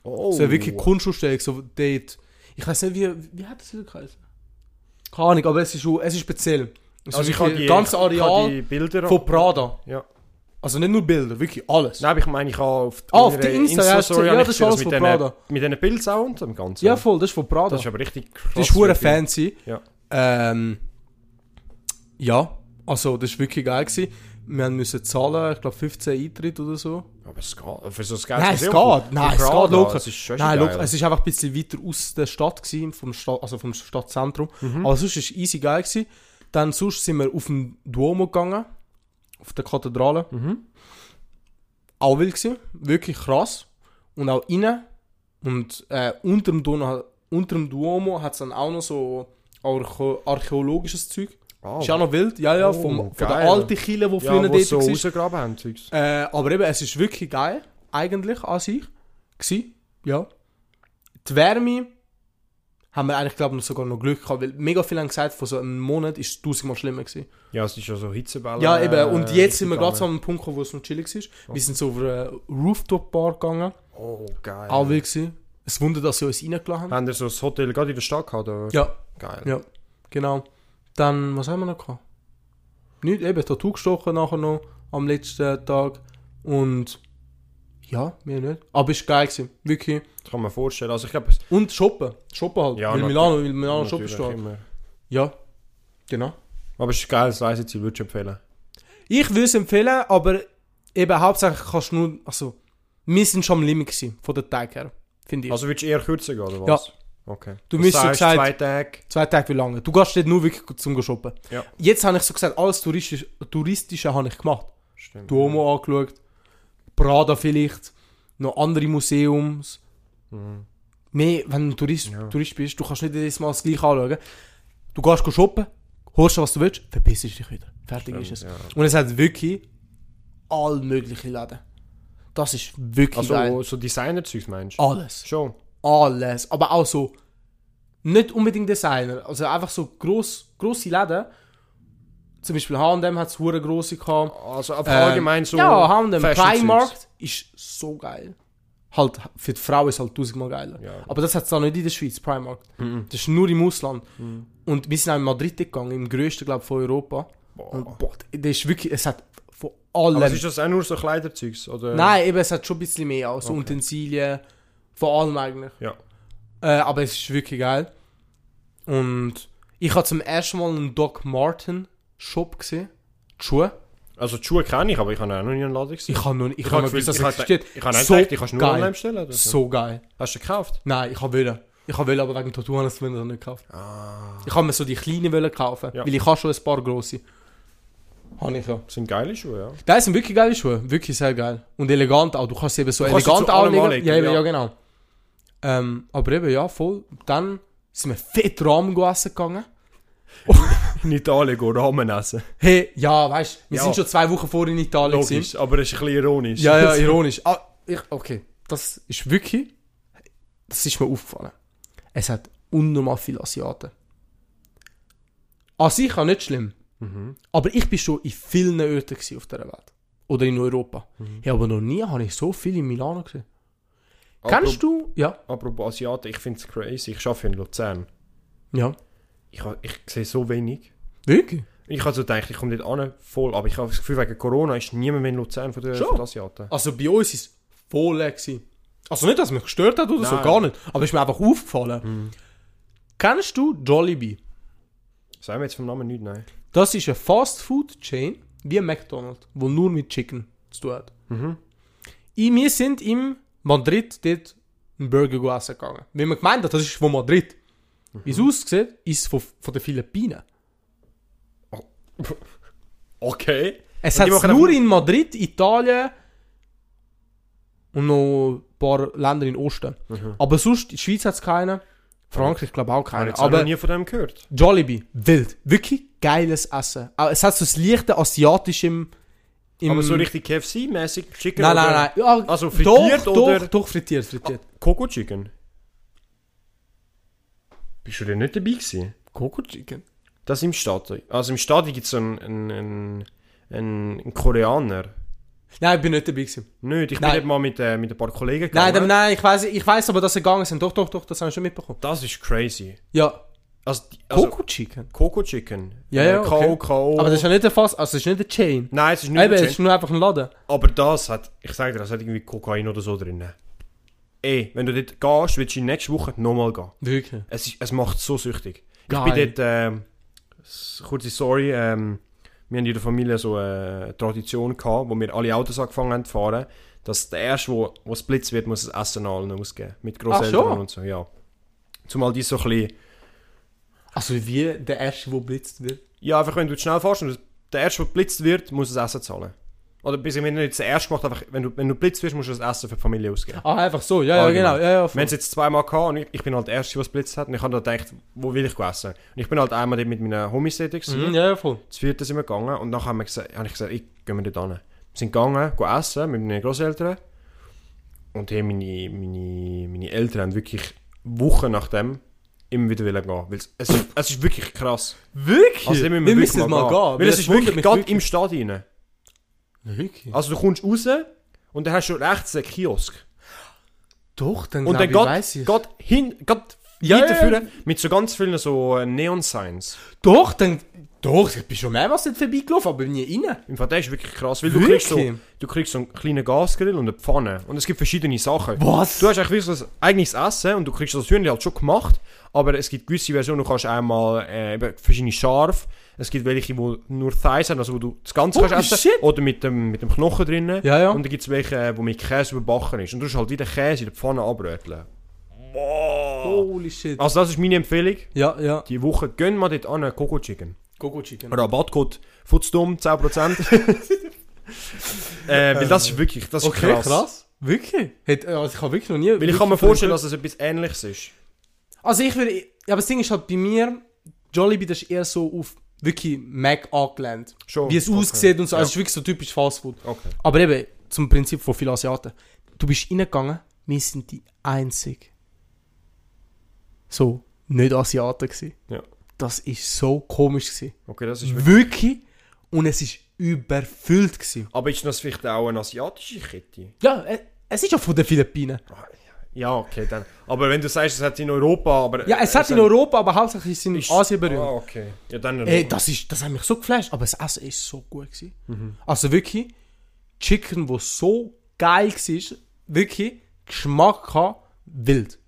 Speaker 1: Oh.
Speaker 2: So eine wirklich Kunstausstellung, so dort. Ich weiß nicht, wie, wie hat das wieder geheißen? Keine Ahnung, aber es ist, schon- es ist speziell. Es
Speaker 1: Also
Speaker 2: ist
Speaker 1: ich habe
Speaker 2: wirklich
Speaker 1: die,
Speaker 2: ein ganzes
Speaker 1: ich habe
Speaker 2: Areal
Speaker 1: die Bilder
Speaker 2: von Prada.
Speaker 1: Ja.
Speaker 2: Also nicht nur Bilder, wirklich alles.
Speaker 1: Nein, aber ich meine, ich habe auf
Speaker 2: Ah, auf
Speaker 1: meiner
Speaker 2: der Insta, ja,
Speaker 1: Insta-Story
Speaker 2: ja,
Speaker 1: habe ich
Speaker 2: das ist
Speaker 1: gesehen,
Speaker 2: alles
Speaker 1: mit
Speaker 2: von
Speaker 1: diesen-
Speaker 2: Prada.
Speaker 1: Mit diesen Pilzen auch und dem Ganzen.
Speaker 2: Ja, voll, das ist von Prada.
Speaker 1: Das ist
Speaker 2: Das
Speaker 1: aber richtig krass.
Speaker 2: ist hure
Speaker 1: wirklich.
Speaker 2: fancy.
Speaker 1: Ja.
Speaker 2: Ähm, ja, also das war wirklich geil. Gewesen. Wir haben müssen zahlen, ich glaube 15 Eintritt oder so.
Speaker 1: Aber es geht. Für so ein geiles
Speaker 2: Nein, es
Speaker 1: Museum
Speaker 2: geht.
Speaker 1: von-
Speaker 2: Nein,
Speaker 1: von
Speaker 2: es
Speaker 1: Prada,
Speaker 2: geht locker.
Speaker 1: Es ist schon
Speaker 2: Nein,
Speaker 1: geil.
Speaker 2: locker. Es ist einfach ein bisschen weiter aus der Stadt gewesen, vom Sta also vom Stadtzentrum.
Speaker 1: Mhm.
Speaker 2: Aber sonst war es easy geil. Gewesen. Dann sonst sind wir auf den Duomo gegangen, auf der Kathedrale.
Speaker 1: Mhm.
Speaker 2: Auch wild gewesen, wirklich krass. Und auch innen und äh, unter, dem Duomo, unter dem Duomo hat es dann auch noch so Archä archäologisches Zeug.
Speaker 1: Ah,
Speaker 2: Ist auch noch wild, ja, ja,
Speaker 1: Oh,
Speaker 2: vom, von der
Speaker 1: geil.
Speaker 2: alten Kille, die früher
Speaker 1: ja, wo
Speaker 2: dort
Speaker 1: sie so
Speaker 2: war.
Speaker 1: rausgegraben haben. Zeugs.
Speaker 2: Äh, aber eben, es ist wirklich geil, eigentlich an sich. Gsi, ja. Die Wärme haben wir eigentlich, glaube ich, sogar noch Glück gehabt, weil mega viel haben gesagt, vor so einem Monat ist es tausendmal schlimmer gewesen.
Speaker 1: Ja, es ist ja so Hitzebälle.
Speaker 2: ja, eben, und
Speaker 1: äh,
Speaker 2: jetzt sind wir gerade
Speaker 1: gegangen.
Speaker 2: so an einem Punkt gekommen, wo es noch chillig ist. Wir sind so auf eine Rooftop-Bar gegangen,
Speaker 1: Oh, geil.
Speaker 2: auch wild gewesen. Es Wunder, dass sie uns reingelassen haben.
Speaker 1: Haben wir so das Hotel gerade in der Stadt gehabt? Oder?
Speaker 2: Ja,
Speaker 1: Geil.
Speaker 2: ja, genau. Dann, was haben wir noch gehabt? Nicht, eben, Tattoo gestochen nachher noch am letzten Tag. Und ja, mir nicht. Aber es war geil, gewesen. wirklich.
Speaker 1: Das kann man vorstellen. Also ich glaube, es-
Speaker 2: Und shoppen. Shoppen halt.
Speaker 1: Ja,
Speaker 2: weil
Speaker 1: natürlich.
Speaker 2: Milano, weil Milano shoppen
Speaker 1: natürlich
Speaker 2: steht.
Speaker 1: immer.
Speaker 2: Ja. Genau.
Speaker 1: Aber es ist ein geiles Reiseziel, würde ich empfehlen.
Speaker 2: Ich würde es empfehlen, aber eben hauptsächlich kannst du nur, also, wir sind schon am Limit gewesen, von den Tagen her, finde ich.
Speaker 1: Also willst du eher kürzer gehen, oder was? Ja. Okay.
Speaker 2: Du
Speaker 1: Das
Speaker 2: müsstest
Speaker 1: heisst,
Speaker 2: gesagt-
Speaker 1: zwei Tage.
Speaker 2: Zwei Tage wie lange. Du gehst dort nur wirklich zum Shoppen.
Speaker 1: Ja.
Speaker 2: Jetzt habe ich so gesagt, alles Touristische, Touristische habe ich gemacht.
Speaker 1: Stimmt.
Speaker 2: Duomo angeschaut, Prada vielleicht, noch andere Museums. Mehr, wenn du Tourist,
Speaker 1: Mhm. Ja.
Speaker 2: Tourist bist, du kannst nicht jedes Mal das gleiche anschauen. Du gehst go shoppen, holst dir, was du willst, verpisst dich wieder. Fertig
Speaker 1: Stimmt,
Speaker 2: ist es.
Speaker 1: ja.
Speaker 2: Und es hat wirklich all mögliche Läden. Das ist wirklich geil.
Speaker 1: Also so Designer-Zeugs meinst du?
Speaker 2: Alles
Speaker 1: Schon.
Speaker 2: alles, aber auch so nicht unbedingt Designer, also einfach so gross, grosse Läden. Zum Beispiel H&M hat es hure grosse gehabt.
Speaker 1: Also aber
Speaker 2: Ähm,
Speaker 1: allgemein so
Speaker 2: ja, H&M,
Speaker 1: Fashion-Zeugs.
Speaker 2: Primark ist so geil. Halt, für die Frau ist es halt tausendmal geiler.
Speaker 1: Ja.
Speaker 2: Aber das hat es auch nicht in der Schweiz, Primark. Das ist nur im Ausland.
Speaker 1: Mm.
Speaker 2: Und wir sind auch in Madrid gegangen, im grössten, glaube ich, von Europa.
Speaker 1: Boah.
Speaker 2: Und boah, das ist wirklich, es hat von allem.
Speaker 1: Aber ist das auch nur so Kleiderzeugs? Oder?
Speaker 2: Nein, eben, es hat schon ein bisschen mehr, also Utensilien, von allem eigentlich.
Speaker 1: Ja.
Speaker 2: Äh, aber es ist wirklich geil. Und ich habe zum ersten Mal einen Doc Martin Shop gesehen. Die Schuhe.
Speaker 1: Also die Schuhe kenne ich, aber ich habe auch noch nie einen Laden gesehen.
Speaker 2: Ich habe noch nicht, ich,
Speaker 1: Ich
Speaker 2: habe
Speaker 1: habe
Speaker 2: noch gewusst,
Speaker 1: gefühlt-
Speaker 2: dass
Speaker 1: ich
Speaker 2: es
Speaker 1: habe
Speaker 2: existiert.
Speaker 1: gedacht- ich habe nicht gedacht, ich kann es nur
Speaker 2: geil.
Speaker 1: online bestellen oder so.
Speaker 2: So geil.
Speaker 1: Hast du gekauft?
Speaker 2: Nein, ich wollte. Ich wollte, aber wegen Tattoo habe ich es mir noch nicht gekauft. Ich habe mir so die kleinen wollen kaufen,
Speaker 1: Ah. Ja.
Speaker 2: weil ich habe schon ein paar grosse. Habe ich ja.
Speaker 1: Das sind geile Schuhe,
Speaker 2: <laughs>
Speaker 1: ja.
Speaker 2: Das sind wirklich geile Schuhe. Wirklich sehr geil. Und elegant auch. Du kannst sie eben so
Speaker 1: Du kannst sie
Speaker 2: elegant
Speaker 1: zu allem
Speaker 2: anlegen.
Speaker 1: anlegen,
Speaker 2: ja, eben,
Speaker 1: ja.
Speaker 2: ja, genau. Ähm, aber eben, ja, voll. Dann sind wir fett Rahmen essen gegangen.
Speaker 1: In Italien gehen Ramen essen.
Speaker 2: Hey, ja, weißt du, wir
Speaker 1: Ja.
Speaker 2: sind schon zwei Wochen vor in Italien. gewesen.
Speaker 1: Logisch, aber es ist ein bisschen ironisch.
Speaker 2: Ja, ja, ironisch. Ah, ich, okay, das ist wirklich. Das ist mir aufgefallen. Es hat unnormal viele Asiaten. An sich auch nicht schlimm. Aber ich bin schon in vielen Orten gewesen auf der Welt. Oder in Europa. Ja, aber noch nie habe ich so viel in Milano gesehen. Kennst du? Ja.
Speaker 1: <laughs> Apropos Asiaten, ich finde es crazy. Ich arbeite in Luzern.
Speaker 2: Ja.
Speaker 1: Ich, ha- ich sehe so wenig.
Speaker 2: Wirklich?
Speaker 1: Ich habe so gedacht, ich komme nicht an, voll. Aber ich habe das Gefühl, wegen Corona ist niemand mehr in Luzern von den
Speaker 2: Schon?
Speaker 1: von den Asiaten.
Speaker 2: Also bei uns ist es voll leer gewesen. Also nicht, dass es mich gestört hat oder so,
Speaker 1: Nein.
Speaker 2: gar nicht. Aber ist mir einfach aufgefallen. Kennst du Jollibee?
Speaker 1: Sagen wir jetzt vom Namen nicht, nein.
Speaker 2: Das ist eine Fast-Food-Chain wie McDonald's, wo nur mit Chicken zu tun hat.
Speaker 1: Mhm.
Speaker 2: Ich, wir sind in Madrid dort einen Burger go essen gegangen. Weil man gemeint hat, das ist von Madrid.
Speaker 1: Mhm.
Speaker 2: Wie es aussieht, ist es von, von den Philippinen.
Speaker 1: Okay.
Speaker 2: Es
Speaker 1: Und
Speaker 2: hat
Speaker 1: die machen
Speaker 2: nur
Speaker 1: einfach-
Speaker 2: in Madrid, Italien und noch ein paar Länder in Osten.
Speaker 1: Mhm.
Speaker 2: Aber sonst, in der Schweiz hat es keinen. Frankreich, glaube auch
Speaker 1: Ich habe
Speaker 2: keinen.
Speaker 1: jetzt aber
Speaker 2: Aber
Speaker 1: noch nie von dem gehört.
Speaker 2: Jollibee, wild. Wirklich geiles Essen. Aber Es hat so das leichte Asiatische im... im
Speaker 1: Aber so richtig KFC-mäßig Chicken
Speaker 2: Nein,
Speaker 1: oder
Speaker 2: nein, nein. eh, Ja,
Speaker 1: Also frittiert
Speaker 2: doch,
Speaker 1: oder-
Speaker 2: Doch, doch, frittiert, frittiert.
Speaker 1: Coco Chicken. Bist du denn nicht dabei gewesen?
Speaker 2: Coco Chicken?
Speaker 1: Das im Stadion. Also im Stadion gibt es so einen, einen, einen, einen, einen Koreaner.
Speaker 2: Nein, ich bin nicht dabei gewesen.
Speaker 1: Nicht, ich bin
Speaker 2: Nein.
Speaker 1: eben mal mit, äh, mit ein paar Kollegen
Speaker 2: Nein, aber nein, ich weiß, ich weiß aber, dass sie gegangen sind. Doch, doch, doch, das haben wir schon mitbekommen.
Speaker 1: Das ist crazy.
Speaker 2: Ja.
Speaker 1: Also, die- also
Speaker 2: Coco Chicken?
Speaker 1: Coco Chicken. Äh,
Speaker 2: Ja, ja,
Speaker 1: K.O.
Speaker 2: okay.
Speaker 1: K.O.
Speaker 2: Aber das ist ja nicht der Fass, also das ist nicht der Chain.
Speaker 1: Nein, es ist nicht
Speaker 2: Eben, es
Speaker 1: Eben,
Speaker 2: ist nur einfach ein Laden.
Speaker 1: Aber das hat, ich sage dir, das hat irgendwie Kokain oder so drin. Ey, wenn du dort gehst, willst du nächste Woche nochmal gehen.
Speaker 2: Wirklich?
Speaker 1: Es, ist, es macht so süchtig. Ich
Speaker 2: Geil.
Speaker 1: bin dort, ähm, s- kurze Story, ähm, wir haben in der Familie so eine Tradition gehabt, wo wir alle Autos angefangen haben zu fahren, dass der Erste, wo, wo es blitz wird, muss das Essen allen ausgeben. Mit
Speaker 2: Ach
Speaker 1: Großeltern
Speaker 2: so.
Speaker 1: und so, ja. Zumal die so ein bisschen,
Speaker 2: Also wie der erste, der blitzt wird.
Speaker 1: ja, einfach wenn du zu schnell fährst und der Erste, der blitzt wird, muss das Essen zahlen. Oder bis ich mir nicht das Erste gemacht einfach, wenn du, wenn du blitzt wirst, musst du das Essen für die Familie ausgeben.
Speaker 2: Ah, einfach so, ja, ja,
Speaker 1: Allgemein.
Speaker 2: genau. Ja, ja, voll.
Speaker 1: Wir haben es jetzt zweimal gehabt und ich, ich bin halt der Erste, der es blitzt hat. Und ich habe dann gedacht, wo will ich essen? Und ich bin halt einmal dort mit meinen Homies dort gewesen.
Speaker 2: Mhm, ja, ja, voll.
Speaker 1: Das vierte sind wir gegangen und nachher haben wir gesagt, habe ich gesagt, ich gehen wir dort hin. Wir sind gegangen, gehen essen mit meinen Großeltern. Und hey, meine, meine, meine Eltern haben wirklich Wochen nachdem immer wieder wollen gehen. Weil es, es, ist- es ist wirklich krass.
Speaker 2: Wirklich?
Speaker 1: Also, dort müssen
Speaker 2: wir
Speaker 1: wirklich
Speaker 2: müssen mal gehen.
Speaker 1: Weil es ist wirklich gerade im Stad rein.
Speaker 2: Wirklich?
Speaker 1: Also du kommst raus und dann hast du rechts einen Kiosk.
Speaker 2: Doch, dann
Speaker 1: Und dann
Speaker 2: Oh, nou, glaube ich, weiss
Speaker 1: geht,
Speaker 2: ich.
Speaker 1: geht hin, geht
Speaker 2: Ja,
Speaker 1: weiterführen.
Speaker 2: ja,
Speaker 1: Mit so ganz vielen so äh, Neon-Signs.
Speaker 2: Doch, dann, doch, ich bin schon mehrmals dort vorbeigelaufen, aber nie rein.
Speaker 1: Im Fall, der ist wirklich krass, weil
Speaker 2: Wirklich?
Speaker 1: du kriegst so, du kriegst so einen kleinen Gasgrill und eine Pfanne. Und es gibt verschiedene Sachen.
Speaker 2: Was?
Speaker 1: Du hast eigentlich wirklich so ein eigenes Essen und du kriegst das natürlich halt schon gemacht, aber es gibt gewisse Versionen, du kannst einmal äh, eben verschiedene scharf, es gibt welche, die nur Thighs haben, also wo du das Ganze
Speaker 2: Oh,
Speaker 1: kannst essen
Speaker 2: shit.
Speaker 1: oder mit dem, mit dem Knochen drinnen.
Speaker 2: Ja, ja.
Speaker 1: Und dann gibt es welche, äh, wo mit Käse überbacken ist und du musst halt wieder Käse in der Pfanne abröteln.
Speaker 2: Holy shit.
Speaker 1: Also das ist meine Empfehlung.
Speaker 2: Ja, ja.
Speaker 1: Die Woche gehen wir dort an, Coco Chicken.
Speaker 2: Gogo Chicken.
Speaker 1: Rabattcode Futzdumm,
Speaker 2: <laughs>
Speaker 1: 10%. äh,
Speaker 2: Eh,
Speaker 1: weil das ist wirklich, das ist
Speaker 2: Okay, krass.
Speaker 1: krass.
Speaker 2: Wirklich? Hat, also ich habe wirklich noch nie...
Speaker 1: Weil ich kann mir vorstellen, dass es etwas ähnliches ist.
Speaker 2: Also ich würde... Ja, aber das Ding ist halt bei mir, Jollibee, das ist eher so auf wirklich Mac angelehnt.
Speaker 1: Schon.
Speaker 2: Wie es
Speaker 1: Okay.
Speaker 2: aussieht und so.
Speaker 1: Ja.
Speaker 2: Also es ist wirklich so typisch Fast Food.
Speaker 1: Okay.
Speaker 2: Aber eben, zum Prinzip von vielen Asiaten. Du bist reingegangen, wir sind die einzige so nicht Asiaten gewesen.
Speaker 1: Ja. Mm.
Speaker 2: Das ist so komisch gewesen.
Speaker 1: Okay, das ist wirklich.
Speaker 2: Wirklich. Und es ist überfüllt gewesen.
Speaker 1: Aber ist das vielleicht auch eine asiatische Kette?
Speaker 2: Ja, äh, es ist ja von den Philippinen.
Speaker 1: Ja, okay, dann. Aber wenn du sagst, es hat in Europa, aber.
Speaker 2: Ja, es hat in Europa, Eh, aber hauptsächlich ist es in Asien berühmt.
Speaker 1: Ah, okay. Ja, dann.
Speaker 2: Ey, das, ist, das hat mich so geflasht, aber das Essen ist so gut. Gewesen.
Speaker 1: Mhm.
Speaker 2: Also wirklich, Chicken, wo so geil war, wirklich Geschmack hat, wild.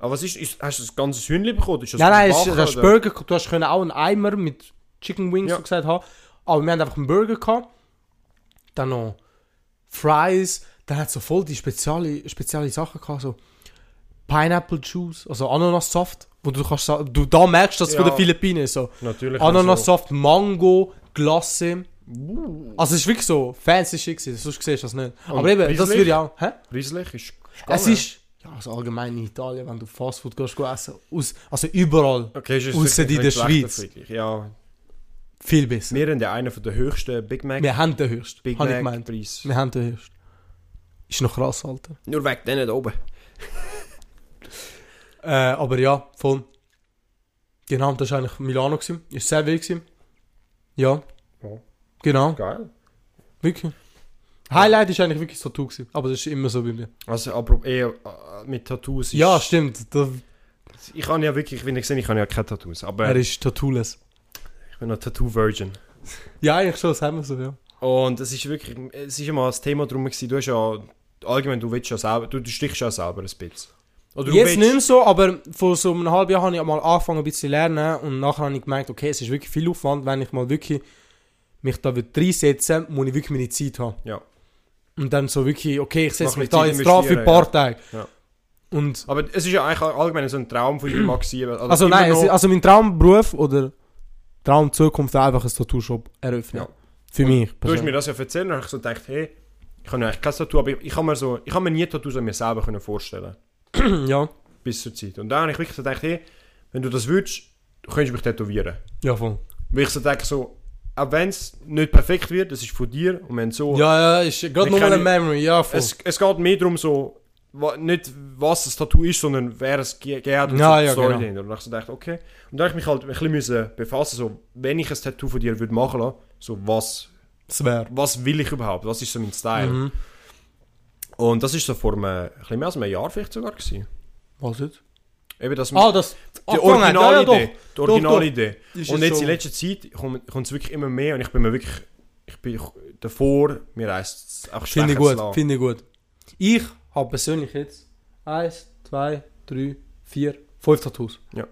Speaker 1: Aber was ist, ist. Hast du das ganze Hühnchen bekommen? Ist das
Speaker 2: Nein, nein, es,
Speaker 1: gebacken,
Speaker 2: das
Speaker 1: oder?
Speaker 2: Burger, du hast können auch einen Eimer mit Chicken Wings
Speaker 1: Ja.
Speaker 2: so gesagt haben, aber wir haben einfach einen Burger gehabt, dann noch Fries, dann hat so voll die spezielle, spezielle Sachen gehabt, so Pineapple Juice, also Ananassaft, wo du kannst, sa- du da merkst, dass es von
Speaker 1: Ja.
Speaker 2: den Philippinen ist, so
Speaker 1: Natürlich. also.
Speaker 2: Ananassaft, Mango, Glasse.
Speaker 1: Uh.
Speaker 2: Also es ist wirklich so fancy shit gewesen, sonst siehst du das nicht. aber eben, das
Speaker 1: preislich?
Speaker 2: würde ich auch, hä?
Speaker 1: Rieslich ist.
Speaker 2: Es ist, ja, also allgemein in Italien, wenn du Fastfood gehst, gehst essen, aus, also überall
Speaker 1: Okay, ist
Speaker 2: Ausser
Speaker 1: wirklich
Speaker 2: in der
Speaker 1: ein schlechter
Speaker 2: Schweiz.
Speaker 1: Vergleich. Ja,
Speaker 2: viel besser.
Speaker 1: wir haben ja einen von der höchsten Big Mac.
Speaker 2: Wir haben den höchsten,
Speaker 1: Big
Speaker 2: habe ich gemeint.
Speaker 1: Mac-Preis.
Speaker 2: Wir haben den höchsten. Ist noch krass, Alter.
Speaker 1: Nur wegen denen da oben.
Speaker 2: Äh, aber ja, voll. Genau, das war eigentlich Milano. Gewesen. Ist sehr wild. Gewesen. Ja.
Speaker 1: Ja.
Speaker 2: Genau,
Speaker 1: Geil.
Speaker 2: wirklich. Highlight ist eigentlich wirklich Tattoo gewesen. Aber das ist immer so bei mir.
Speaker 1: Also, apropos, eh, äh, mit Tattoos. Ist,
Speaker 2: Ja, stimmt. Da,
Speaker 1: Ich kann ja wirklich, wenn ich sehe, ich kann ja keine Tattoos. Aber
Speaker 2: Er ist tattooless.
Speaker 1: ich bin ein Tattoo-Virgin.
Speaker 2: Ja, eigentlich schon, das haben wir so, ja.
Speaker 1: Und es ist wirklich, es ist immer das Thema drum gewesen, du hast ja, allgemein, du willst ja selber, du, du stichst ja selber ein bisschen. Oder du
Speaker 2: Jetzt
Speaker 1: willst-
Speaker 2: nicht mehr so, aber vor so einem halben Jahr habe ich mal angefangen ein bisschen zu lernen und nachher habe ich gemerkt, okay, es ist wirklich viel Aufwand, wenn ich mal wirklich mich da würde reinsetzen muss ich wirklich meine Zeit haben.
Speaker 1: Ja.
Speaker 2: Und dann so wirklich, okay, ich setze
Speaker 1: Mach
Speaker 2: mich
Speaker 1: ein
Speaker 2: da
Speaker 1: bisschen
Speaker 2: jetzt drauf für ein paar Tage.
Speaker 1: Ja.
Speaker 2: Und,
Speaker 1: Aber es ist ja eigentlich allgemein so ein Traum von dir, Maxi.
Speaker 2: also
Speaker 1: immer
Speaker 2: nein,
Speaker 1: noch-
Speaker 2: es, also mein Traumberuf oder Traumzukunft wäre einfach ein Tattoo-Shop eröffnen.
Speaker 1: Ja.
Speaker 2: Für mich
Speaker 1: Du hast mir
Speaker 2: persönlich.
Speaker 1: das ja erzählt und dann habe ich so gedacht, hey, ich habe eigentlich kein Tattoo, aber ich, ich, kann, mir so, ich kann mir nie Tattoos an mir selber können vorstellen
Speaker 2: <clears throat> Ja,
Speaker 1: bis zur Zeit. Und dann habe ich wirklich so gedacht, hey, wenn du das willst, du könntest mich tätowieren.
Speaker 2: ja voll.
Speaker 1: Weil ich so denke, so, auch wenn es nicht perfekt wird, das ist von dir und wenn so...
Speaker 2: Ja, ja, ist
Speaker 1: Ich
Speaker 2: gerade nochmal
Speaker 1: kann-
Speaker 2: eine Memory, ja voll.
Speaker 1: Es, es geht mehr darum, so, wa- nicht was das Tattoo ist, sondern wer es ge- gegeben hat und
Speaker 2: Ja,
Speaker 1: so die
Speaker 2: ja,
Speaker 1: Story
Speaker 2: genau.
Speaker 1: dahinter. Und dann habe ich so gedacht, okay. Und dann habe ich mich halt ein bisschen müssen befassen, so, wenn ich ein Tattoo von dir würde machen lassen, so, was,
Speaker 2: Das wäre.
Speaker 1: was will ich überhaupt? dus Was ist so mein Style?
Speaker 2: Mhm.
Speaker 1: Und das ist so vor einem, ein bisschen mehr als einem Jahr vielleicht sogar gewesen.
Speaker 2: Was jetzt?
Speaker 1: Eben, dass
Speaker 2: Ah, das...
Speaker 1: die
Speaker 2: angefangen hat. Ja, ja, doch.
Speaker 1: Originalidee. die Originalidee.
Speaker 2: Ist
Speaker 1: Und
Speaker 2: es
Speaker 1: jetzt
Speaker 2: so.
Speaker 1: in letzter Zeit kommt es wirklich immer mehr und ich bin mir wirklich, ich bin davor, mir reist es auch
Speaker 2: Finde ich
Speaker 1: schlecht zu
Speaker 2: gut,
Speaker 1: lassen.
Speaker 2: finde ich gut. Ich habe persönlich jetzt eins, zwei, drei, vier, fünf Tattoos.
Speaker 1: Ja. Mhm.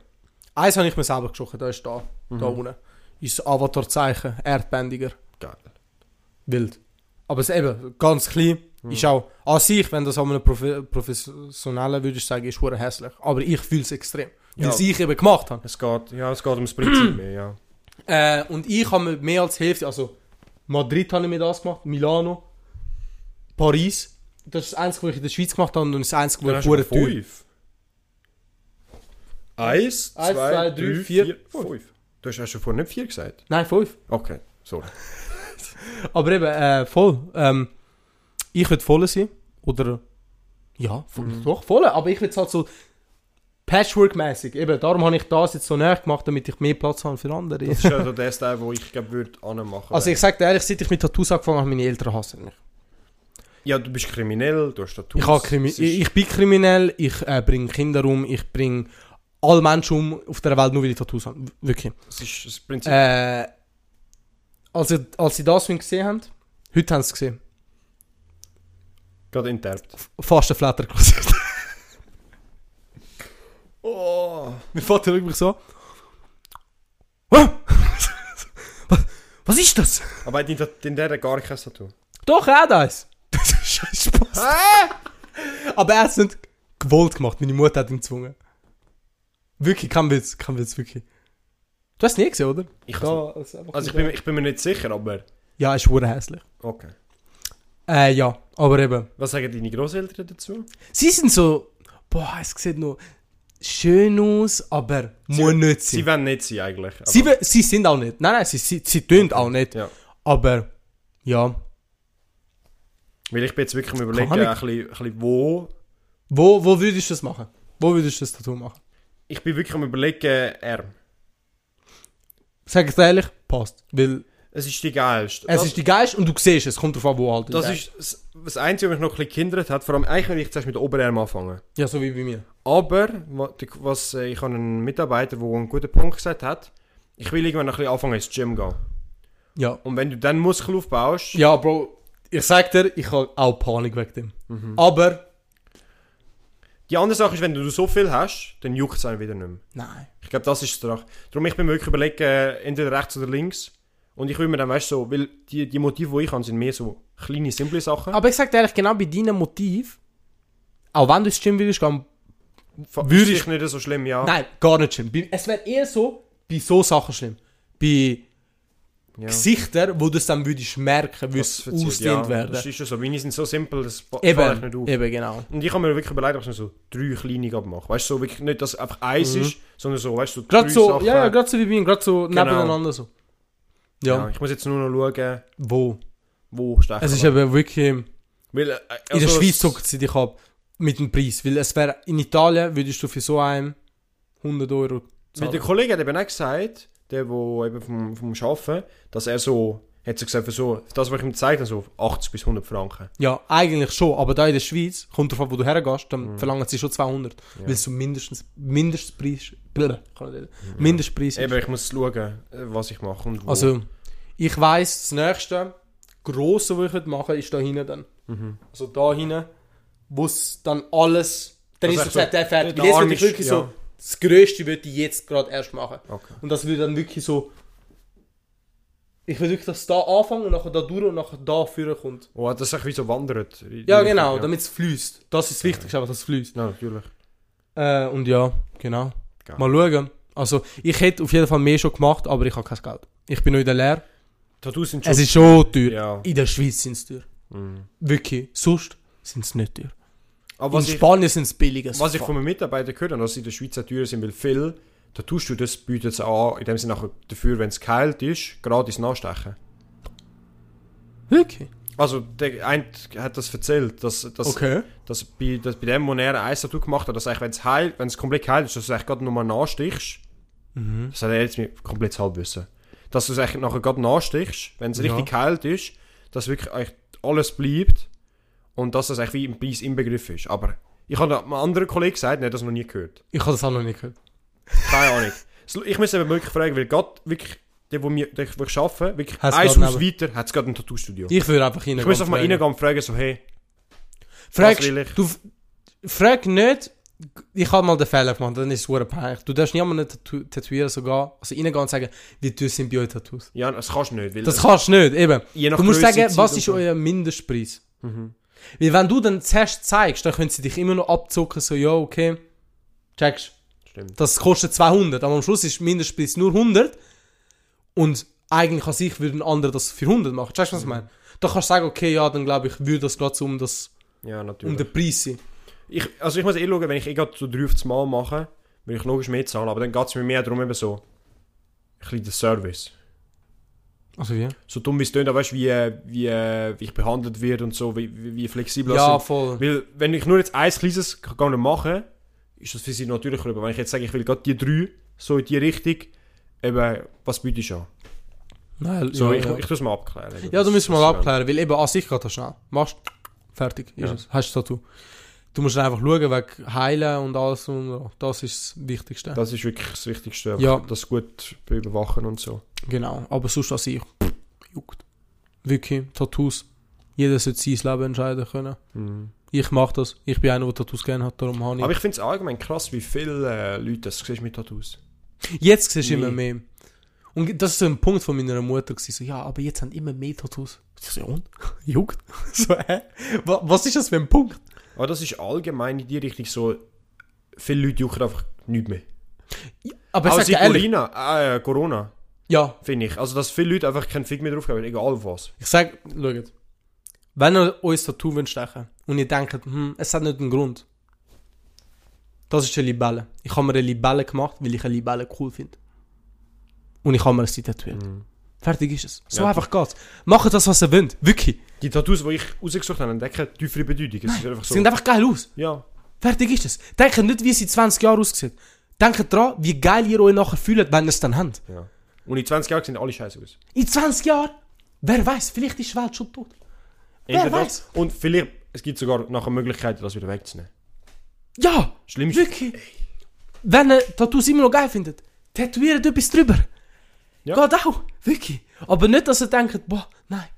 Speaker 2: Eins habe ich mir selber geschossen, da ist da, da unten. Ist das Avatar-Zeichen, Erdbändiger,
Speaker 1: Geil.
Speaker 2: wild. Aber es eben, ganz klein,
Speaker 1: Mhm.
Speaker 2: ist auch, an sich, wenn du das an einem Profi Professionellen würdest sagen, ist hure hässlich. Aber ich fühle es extrem, weil
Speaker 1: Ja.
Speaker 2: es ich eben gemacht habe.
Speaker 1: Es geht, ja, es geht ums Prinzip mehr,
Speaker 2: <clears throat>
Speaker 1: ja.
Speaker 2: Äh, und ich habe mir mehr als die Hälfte, also Madrid habe ich mir das gemacht, Milano, Paris. Das ist das Einzige, was ich in der Schweiz gemacht habe und das Einzige,
Speaker 1: Dann
Speaker 2: was
Speaker 1: hast
Speaker 2: ich
Speaker 1: du
Speaker 2: verdammt teuer
Speaker 1: fünf. Eins, zwei,
Speaker 2: zwei,
Speaker 1: drei,
Speaker 2: drei,
Speaker 1: vier,
Speaker 2: vier,
Speaker 1: fünf. Du hast, hast du vorhin nicht vier gesagt?
Speaker 2: Nein, fünf.
Speaker 1: Okay, sorry.
Speaker 2: Aber eben, äh, voll. Ähm, ich würde voll sein. Oder. Ja, vo-
Speaker 1: Mhm.
Speaker 2: doch, voll. Aber ich würde es halt so patchwork-mäßig. Eben, darum habe ich das jetzt so näher gemacht, damit ich mehr Platz habe für andere. <laughs>
Speaker 1: Das ist ja so der Style, wo ich glaube, würde anmachen.
Speaker 2: Also, ich sage dir ehrlich, seit ich mit Tattoos angefangen habe, meine Eltern hassen mich.
Speaker 1: ja, du bist kriminell, du hast Tattoos.
Speaker 2: Ich, habe Krimi
Speaker 1: Es
Speaker 2: ich,
Speaker 1: ist-
Speaker 2: ich bin kriminell, ich äh, bringe Kinder um, ich bringe alle Menschen um auf der Welt nur weil die Tattoos haben. W- Wirklich.
Speaker 1: Das ist das Prinzip.
Speaker 2: Äh, als, sie, als sie das gesehen haben, heute haben sie es gesehen. Äh.
Speaker 1: Gerade interbt.
Speaker 2: Fast ein Flatter kassiert. <laughs>
Speaker 1: Oh.
Speaker 2: Mein Vater wirklich so. «Hä? <laughs> Was- Was ist das?
Speaker 1: Aber hat in der gar kein Tattoo.
Speaker 2: Doch, er hat eins. <laughs> Das ist scheiß Spaß. Aber er hat es nicht gewollt gemacht. Meine Mutter hat ihn gezwungen. Wirklich, kein Witz. Kein Witz, wirklich. Du hast es nie gesehen, oder?
Speaker 1: Ich
Speaker 2: da, also,
Speaker 1: Also ich bin, ich bin mir nicht sicher, aber...
Speaker 2: Ja, ist schwer hässlich.
Speaker 1: Okay.
Speaker 2: Äh, ja. Aber eben.
Speaker 1: Was sagen deine Großeltern dazu?
Speaker 2: Sie sind so... Boah, es sieht noch schön aus, aber muss nicht
Speaker 1: Sie
Speaker 2: sein.
Speaker 1: wollen nicht sein eigentlich. aber-
Speaker 2: Sie, sie, sie sind auch nicht. Nein, nein, sie, sie, sie tun auch nicht.
Speaker 1: Ja.
Speaker 2: Aber... Ja.
Speaker 1: Weil ich bin jetzt wirklich am überlegen,
Speaker 2: Keine
Speaker 1: ein bisschen, ein bisschen wo...
Speaker 2: Wo, wo würdest du das machen? Wo würdest du das Tattoo machen?
Speaker 1: Ich bin wirklich am überlegen, er.
Speaker 2: Sag ich dir ehrlich, passt. Weil
Speaker 1: Es ist die geilste.
Speaker 2: es
Speaker 1: das,
Speaker 2: ist die Geist und du siehst es. Kommt drauf an, wo halt. die
Speaker 1: das
Speaker 2: Geist-
Speaker 1: ist das- das Einzige, was mich noch ein bisschen gehindert hat. Vor allem, eigentlich wollte ich zuerst mit der Oberarm anfangen.
Speaker 2: Ja, so wie bei mir.
Speaker 1: Aber, wa- die- was, äh, ich habe einen Mitarbeiter, der einen guten Punkt gesagt hat. Ich will irgendwann ein bisschen anfangen ins Gym gehen.
Speaker 2: Ja.
Speaker 1: Und wenn du dann Muskeln aufbaust...
Speaker 2: Ja, Bro. Ich sag dir, ich habe auch Panik wegen dem.
Speaker 1: Mhm.
Speaker 2: Aber...
Speaker 1: Die andere Sache ist, wenn du so viel hast, dann juckt es einem wieder nicht mehr.
Speaker 2: Nein.
Speaker 1: Ich glaube, das ist der Drache. Darum, ich bin mir wirklich überlegen, äh, entweder rechts oder links. Und ich will mir dann, weißt du, so, weil die, die Motive, die ich habe, sind mehr so kleine, simple Sachen.
Speaker 2: Aber ich sag dir ehrlich, genau bei deinem Motiv... Auch wenn du ins Gym willst, gehen...
Speaker 1: Fa-
Speaker 2: würde
Speaker 1: ist
Speaker 2: ich-
Speaker 1: sicher nicht so schlimm, ja.
Speaker 2: Nein, gar nicht schlimm. Bei- Es wäre eher so, bei so Sachen schlimm. Bei
Speaker 1: ja.
Speaker 2: Gesichtern, wo du es dann würdest merken, wie
Speaker 1: Das
Speaker 2: es
Speaker 1: verzieht,
Speaker 2: ausdehnt
Speaker 1: ja.
Speaker 2: werden.
Speaker 1: Das ist ja so. Meine sind so simpel, das fa- fällt nicht
Speaker 2: Eben,
Speaker 1: auf.
Speaker 2: eben, genau.
Speaker 1: Und ich habe mir wirklich überlegt, ob ich so drei kleine abmache. Weißt du, so wirklich nicht, dass einfach eins ist, sondern so, weißt du, so
Speaker 2: Gerade
Speaker 1: drei
Speaker 2: Mhm. so,
Speaker 1: Sachen.
Speaker 2: ja, ja, gerade so wie bei mir, gerade so
Speaker 1: Genau.
Speaker 2: nebeneinander so. Ja.
Speaker 1: Ja, Ich muss jetzt nur noch schauen,
Speaker 2: Wo?
Speaker 1: wo stechen.
Speaker 2: Es ist
Speaker 1: wir.
Speaker 2: eben wirklich. In
Speaker 1: Weil, äh,
Speaker 2: der
Speaker 1: also,
Speaker 2: Schweiz
Speaker 1: es-
Speaker 2: zuckt sie dich ab mit dem Preis. Weil es wäre in Italien würdest du für so einen 100 Euro
Speaker 1: Mit der
Speaker 2: zahlen.
Speaker 1: Kollege hat eben auch gesagt, der, der eben vom, vom Arbeiten, dass er so, hat sie gesagt, für so, für das, was ich ihm gezeigt habe, so 80 bis 100 Franken.
Speaker 2: Ja, eigentlich schon. Aber da in der Schweiz, kommt drauf an, wo du hergehst, dann
Speaker 1: Mhm.
Speaker 2: verlangen sie schon 200. Weil es so mindestens Mindestpreis. Blöd, kann ich nicht. Mindestpreis. ist.
Speaker 1: Eben, ich muss schauen, äh, was ich mache und wo.
Speaker 2: Also, ich weiss, das nächste grosse, was ich heute machen ist da hinten dann.
Speaker 1: Mhm.
Speaker 2: Also da hinten, wo es dann alles. Dann
Speaker 1: Also
Speaker 2: ist
Speaker 1: echt
Speaker 2: es gesagt,
Speaker 1: so,
Speaker 2: der fertig.
Speaker 1: der
Speaker 2: Jetzt
Speaker 1: Arm
Speaker 2: würde ich
Speaker 1: ist-
Speaker 2: wirklich
Speaker 1: ja.
Speaker 2: so. Das Größte würde ich jetzt gerade erst machen.
Speaker 1: Okay.
Speaker 2: Und das würde dann wirklich so. Ich würde wirklich das da anfangen und nachher da durch und nachher da führen kommt.
Speaker 1: Oh, das ist echt wie so wandert.
Speaker 2: Ja, genau,
Speaker 1: Ja,
Speaker 2: damit es fließt. Das ist das Wichtigste, aber das fließt.
Speaker 1: Ja, natürlich.
Speaker 2: Äh, und ja, genau.
Speaker 1: Geil.
Speaker 2: Mal schauen. Also, ich hätte auf jeden Fall mehr schon gemacht, aber ich habe kein Geld. Ich bin noch in der Lehre.
Speaker 1: Tattoos sind schon...
Speaker 2: Es ist schon teuer.
Speaker 1: Ja.
Speaker 2: In der Schweiz sind es teuer. Wirklich. Sonst sind es nicht teuer.
Speaker 1: Aber was
Speaker 2: in
Speaker 1: ich,
Speaker 2: Spanien sind es billiger. als
Speaker 1: was ich
Speaker 2: fuck.
Speaker 1: von meinen Mitarbeitern gehört habe, dass sie in der Schweiz auch teurer sind, weil viel Tattoo-Studios bieten es an, in dem sie nachher dafür, wenn es geheilt ist, gratis nachstechen.
Speaker 2: Wirklich?
Speaker 1: Also, der eine hat das erzählt, dass, dass
Speaker 2: Okay.
Speaker 1: dass bei, dass bei dem, wo er ein Tattoo gemacht hat, dass eigentlich, wenn es heilt, wenn es komplett geheilt ist, dass du es eigentlich gerade nochmal nachstichst.
Speaker 2: Mhm.
Speaker 1: Das hat er jetzt mit komplett halbwissen. Dass du es eigentlich nachher gerade nachstichst, wenn es
Speaker 2: Ja.
Speaker 1: richtig geheilt ist, dass wirklich eigentlich alles bleibt und dass das eigentlich wie im Preis inbegriffen ist. Aber ich habe einem anderen Kollegen gesagt, der hat das noch nie gehört.
Speaker 2: Ich habe das auch noch nicht gehört.
Speaker 1: Keine Ahnung. Das- Ich muss eben wirklich fragen, weil gerade wirklich, der, wo, mir, der, wo ich arbeite, wirklich
Speaker 2: Hat's
Speaker 1: eins
Speaker 2: gerade
Speaker 1: Haus weiter, hat es gerade ein Tattoo-Studio.
Speaker 2: Ich würde einfach hinein.
Speaker 1: Ich muss auf mal reingehen und fragen, so, hey,
Speaker 2: Fragst,
Speaker 1: Was will ich?
Speaker 2: du f- frag nicht, ich habe mal den Fehler gemacht, dann ist es super peinlich. Du darfst niemanden tatu tätowieren sogar, also reingehen und sagen, wie teuer sind bei euch Tattoos.
Speaker 1: ja, das kannst du nicht, weil
Speaker 2: Das kannst du nicht, eben.
Speaker 1: je nach
Speaker 2: Du musst
Speaker 1: Grösse,
Speaker 2: sagen,
Speaker 1: Zeit
Speaker 2: was
Speaker 1: und
Speaker 2: ist
Speaker 1: so. Mhm.
Speaker 2: euer Mindestpreis? Weil wenn du dann zuerst zeigst, dann können sie dich immer noch abzocken, so, ja, okay, checkst.
Speaker 1: Stimmt.
Speaker 2: Das kostet 200, aber am Schluss ist Mindestpreis nur 100 und eigentlich an sich würde ein anderer das für 100 machen. Checkst
Speaker 1: Mhm.
Speaker 2: du, was ich meine? Da kannst du sagen, okay, ja, dann glaube ich, würde das gerade so um, das,
Speaker 1: Ja, natürlich.
Speaker 2: um den Preis sein.
Speaker 1: Ich, also ich muss eh schauen, wenn ich eh gerade so drei auf das Mal mache, will ich logisch mehr zahlen, aber dann geht es mir mehr darum eben so, ein bisschen den Service.
Speaker 2: Also wie?
Speaker 1: So dumm wie es tönt, aber weißt du, wie, äh, wie, äh, wie ich behandelt werde und so, wie, wie, wie flexibel
Speaker 2: Ja,
Speaker 1: das ist.
Speaker 2: voll.
Speaker 1: Weil, wenn ich nur jetzt ein kleines kann gar nicht machen, ist das für sie natürlich rüber. Wenn ich jetzt sage, ich will gerade die drei, so in die Richtung, eben, was biete ich an?
Speaker 2: Nein,
Speaker 1: So,
Speaker 2: ja,
Speaker 1: ich,
Speaker 2: ja.
Speaker 1: ich tue es mal abklären.
Speaker 2: ja, du
Speaker 1: Das-
Speaker 2: müssen wir
Speaker 1: das-
Speaker 2: mal abklären, weil eben an sich geht das schnell. Machst, fertig, ist
Speaker 1: Ja.
Speaker 2: es. Hast du Tattoo. Du musst dann einfach schauen, wegen Heilen und alles. Und so. das ist das Wichtigste.
Speaker 1: Das ist wirklich das Wichtigste. einfach
Speaker 2: Ja.
Speaker 1: Das gut überwachen und so.
Speaker 2: Genau. Aber sonst an sich, pff, juckt. Wirklich, Tattoos. Jeder sollte sein Leben entscheiden können.
Speaker 1: Mhm.
Speaker 2: Ich mache das. Ich bin einer, der Tattoos gerne hat, darum habe ich.
Speaker 1: Aber ich finde es allgemein krass, wie viele äh, Leute das siehst mit Tattoos.
Speaker 2: Jetzt siehst du immer
Speaker 1: Nee.
Speaker 2: mehr. Und das ist so ein Punkt von meiner Mutter. Gewesen, so, ja, aber jetzt haben immer mehr Tattoos. Ich so, ja und? <laughs> Juckt. So, hä? Wa- Was ist das für ein Punkt?
Speaker 1: Aber das ist allgemein in die Richtung so, viele Leute jucken einfach nichts mehr.
Speaker 2: Aber
Speaker 1: Auch
Speaker 2: ich sag dir
Speaker 1: seit
Speaker 2: ehrlich,
Speaker 1: Corona, äh, Corona
Speaker 2: ja,
Speaker 1: finde ich. Also, dass viele Leute einfach keinen Fick mehr drauf geben, egal auf was.
Speaker 2: ich sag, schaut. Wenn ihr euch ein Tattoo wünscht stechen und ihr denkt, hm, es hat nicht einen Grund. Das ist eine Libelle. Ich habe mir eine Libelle gemacht, weil ich eine Libelle cool finde. Und ich habe mir sie tätowiert. Fertig ist es. So
Speaker 1: Mhm. Ja,
Speaker 2: einfach geht's. Macht das, was ihr wollt. Wirklich.
Speaker 1: Die Tattoos, die ich rausgesucht habe, entdecken tiefere Bedeutung. Es ist einfach
Speaker 2: Sie
Speaker 1: so.
Speaker 2: sehen einfach geil aus.
Speaker 1: Ja.
Speaker 2: Fertig ist es. Denkt nicht, wie es in 20 Jahren aussieht. Denkt daran, wie geil ihr euch nachher fühlt, wenn ihr es dann habt.
Speaker 1: ja. Und in 20 Jahren sehen alle scheiße aus.
Speaker 2: In 20 Jahren, wer weiß, vielleicht ist die Welt schon tot. Wer
Speaker 1: Entweder das-
Speaker 2: weiß?
Speaker 1: Und vielleicht, es gibt sogar nachher Möglichkeiten, das wieder wegzunehmen.
Speaker 2: Ja,
Speaker 1: Schlimmste.
Speaker 2: wirklich. Wenn ihr Tattoos immer noch geil findet, tätowiert etwas drüber.
Speaker 1: Ja.
Speaker 2: Geht auch, wirklich. Aber nicht, dass ihr denkt, boah, nein,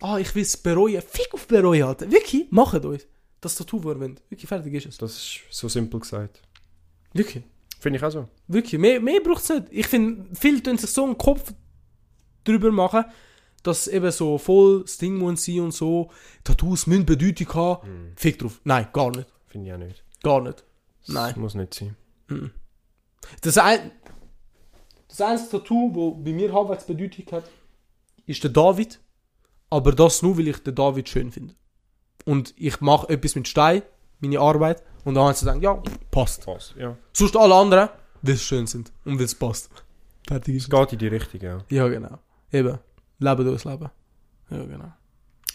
Speaker 2: ah, ich will es bereuen. Fick auf bereuen, Alter. Wirklich, macht euch. Das Tattoo, wo ihr wollt. Wirklich, fertig ist es.
Speaker 1: Das ist so simpel gesagt.
Speaker 2: Wirklich.
Speaker 1: Finde ich auch so.
Speaker 2: Wirklich, mehr, mehr braucht es nicht. Ich finde, viele tun sich so einen Kopf drüber machen, dass eben so voll das Ding muss sein und so, Tattoos müssen Bedeutung haben. Fick drauf. Nein, gar nicht.
Speaker 1: Finde ich auch nicht.
Speaker 2: Gar nicht.
Speaker 1: Das
Speaker 2: Nein.
Speaker 1: Muss nicht sein.
Speaker 2: Das, ein, das einzige Tattoo, das bei mir halbwegs Bedeutung hat, ist der David. Aber das nur, weil ich den David schön finde. Und ich mache etwas mit Stein, meine Arbeit, und dann haben sie gedacht, ja, passt.
Speaker 1: Was? Ja.
Speaker 2: Sonst alle anderen, weil sie schön sind und weil es passt. Fertig ist
Speaker 1: Es geht in die Richtung, ja.
Speaker 2: Ja, genau. Eben. Leben durchs Leben. Ja, genau.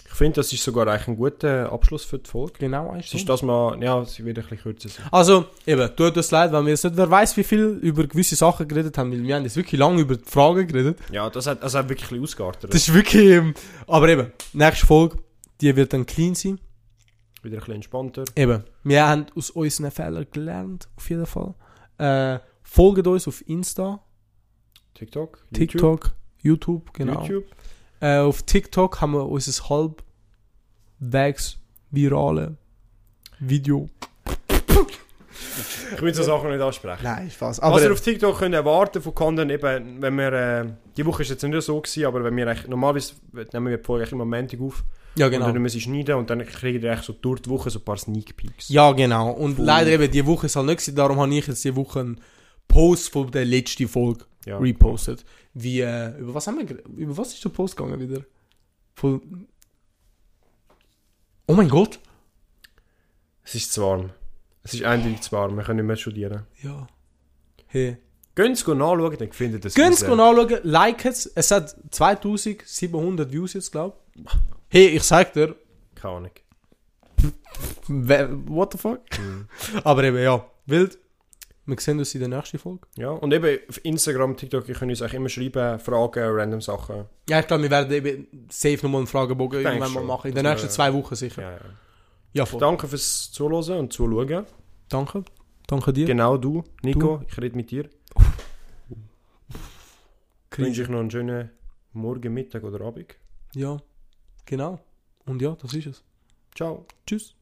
Speaker 1: Ich finde, das ist sogar eigentlich ein guter Abschluss für die Folge.
Speaker 2: Genau, ist
Speaker 1: Es ist, dass man, ja, es wird ein bisschen kürzer sein.
Speaker 2: Also, eben, tut uns leid, wenn wir jetzt nicht, wer weiß, wie viel über gewisse Sachen geredet haben, weil wir haben jetzt wirklich lange über die Fragen geredet.
Speaker 1: Ja, das hat, das hat wirklich ein bisschen ausgeartet.
Speaker 2: Das ist wirklich, ähm, aber eben, nächste Folge, die wird dann clean sein.
Speaker 1: Wieder ein bisschen entspannter.
Speaker 2: Eben, wir haben aus unseren Fehlern gelernt, auf jeden Fall. Äh, folgt uns auf Insta,
Speaker 1: TikTok, YouTube,
Speaker 2: TikTok, YouTube, genau.
Speaker 1: YouTube.
Speaker 2: Äh, auf TikTok haben wir unser halbwegs virale Video.
Speaker 1: Ich will so Sachen nicht ansprechen.
Speaker 2: Nein, Spaß.
Speaker 1: Was ihr auf TikTok könnt erwarten von Content, eben, wenn wir, äh, die Woche ist jetzt nicht so gewesen, aber wenn wir eigentlich, normalerweise nehmen wir die Folge eigentlich immer am Montag auf
Speaker 2: ja,
Speaker 1: und
Speaker 2: genau.
Speaker 1: dann müssen wir sie schneiden und dann kriegen wir eigentlich so durch die Woche so ein paar Sneak Peeks.
Speaker 2: Ja, genau. Und
Speaker 1: Voll.
Speaker 2: leider eben, diese Woche ist halt nicht gewesen, darum habe ich jetzt diese Woche einen Post von der letzten Folge
Speaker 1: Ja.
Speaker 2: repostet. Wie, äh, über was haben wir, geredet? über was ist der Post gegangen wieder? Von... Oh mein Gott!
Speaker 1: Es ist zu warm. Es ist eindeutig zu warm, wir können nicht mehr studieren.
Speaker 2: Ja. Hey.
Speaker 1: Gehen Sie nachschauen, dann findet ihr es.
Speaker 2: Gehen Sie
Speaker 1: raus.
Speaker 2: anschauen, liken es. Es hat 2700 Views jetzt, glaube ich. Hey, ich sag dir,
Speaker 1: Keine Ahnung.
Speaker 2: we- what the fuck?
Speaker 1: Mhm.
Speaker 2: <laughs> Aber eben, ja, wild. Wir sehen uns in der nächsten Folge.
Speaker 1: Ja, und eben auf Instagram, TikTok, ihr könnt uns auch immer schreiben, Fragen, random Sachen.
Speaker 2: Ja, ich glaube, wir werden eben safe nochmal einen Fragebogen
Speaker 1: denke
Speaker 2: irgendwann mal
Speaker 1: schon.
Speaker 2: machen. In den
Speaker 1: Das
Speaker 2: nächsten
Speaker 1: wär-
Speaker 2: zwei Wochen sicher. Ja,
Speaker 1: Ja, ja.
Speaker 2: voll.
Speaker 1: Danke fürs Zuhören und Zuschauen.
Speaker 2: Danke. Danke dir.
Speaker 1: Genau du, Nico, ich rede mit dir. Wünsche
Speaker 2: Krise.
Speaker 1: ich noch einen schönen Morgen, Mittag oder Abend.
Speaker 2: Ja, genau. Und ja, das ist es.
Speaker 1: Ciao.
Speaker 2: Tschüss.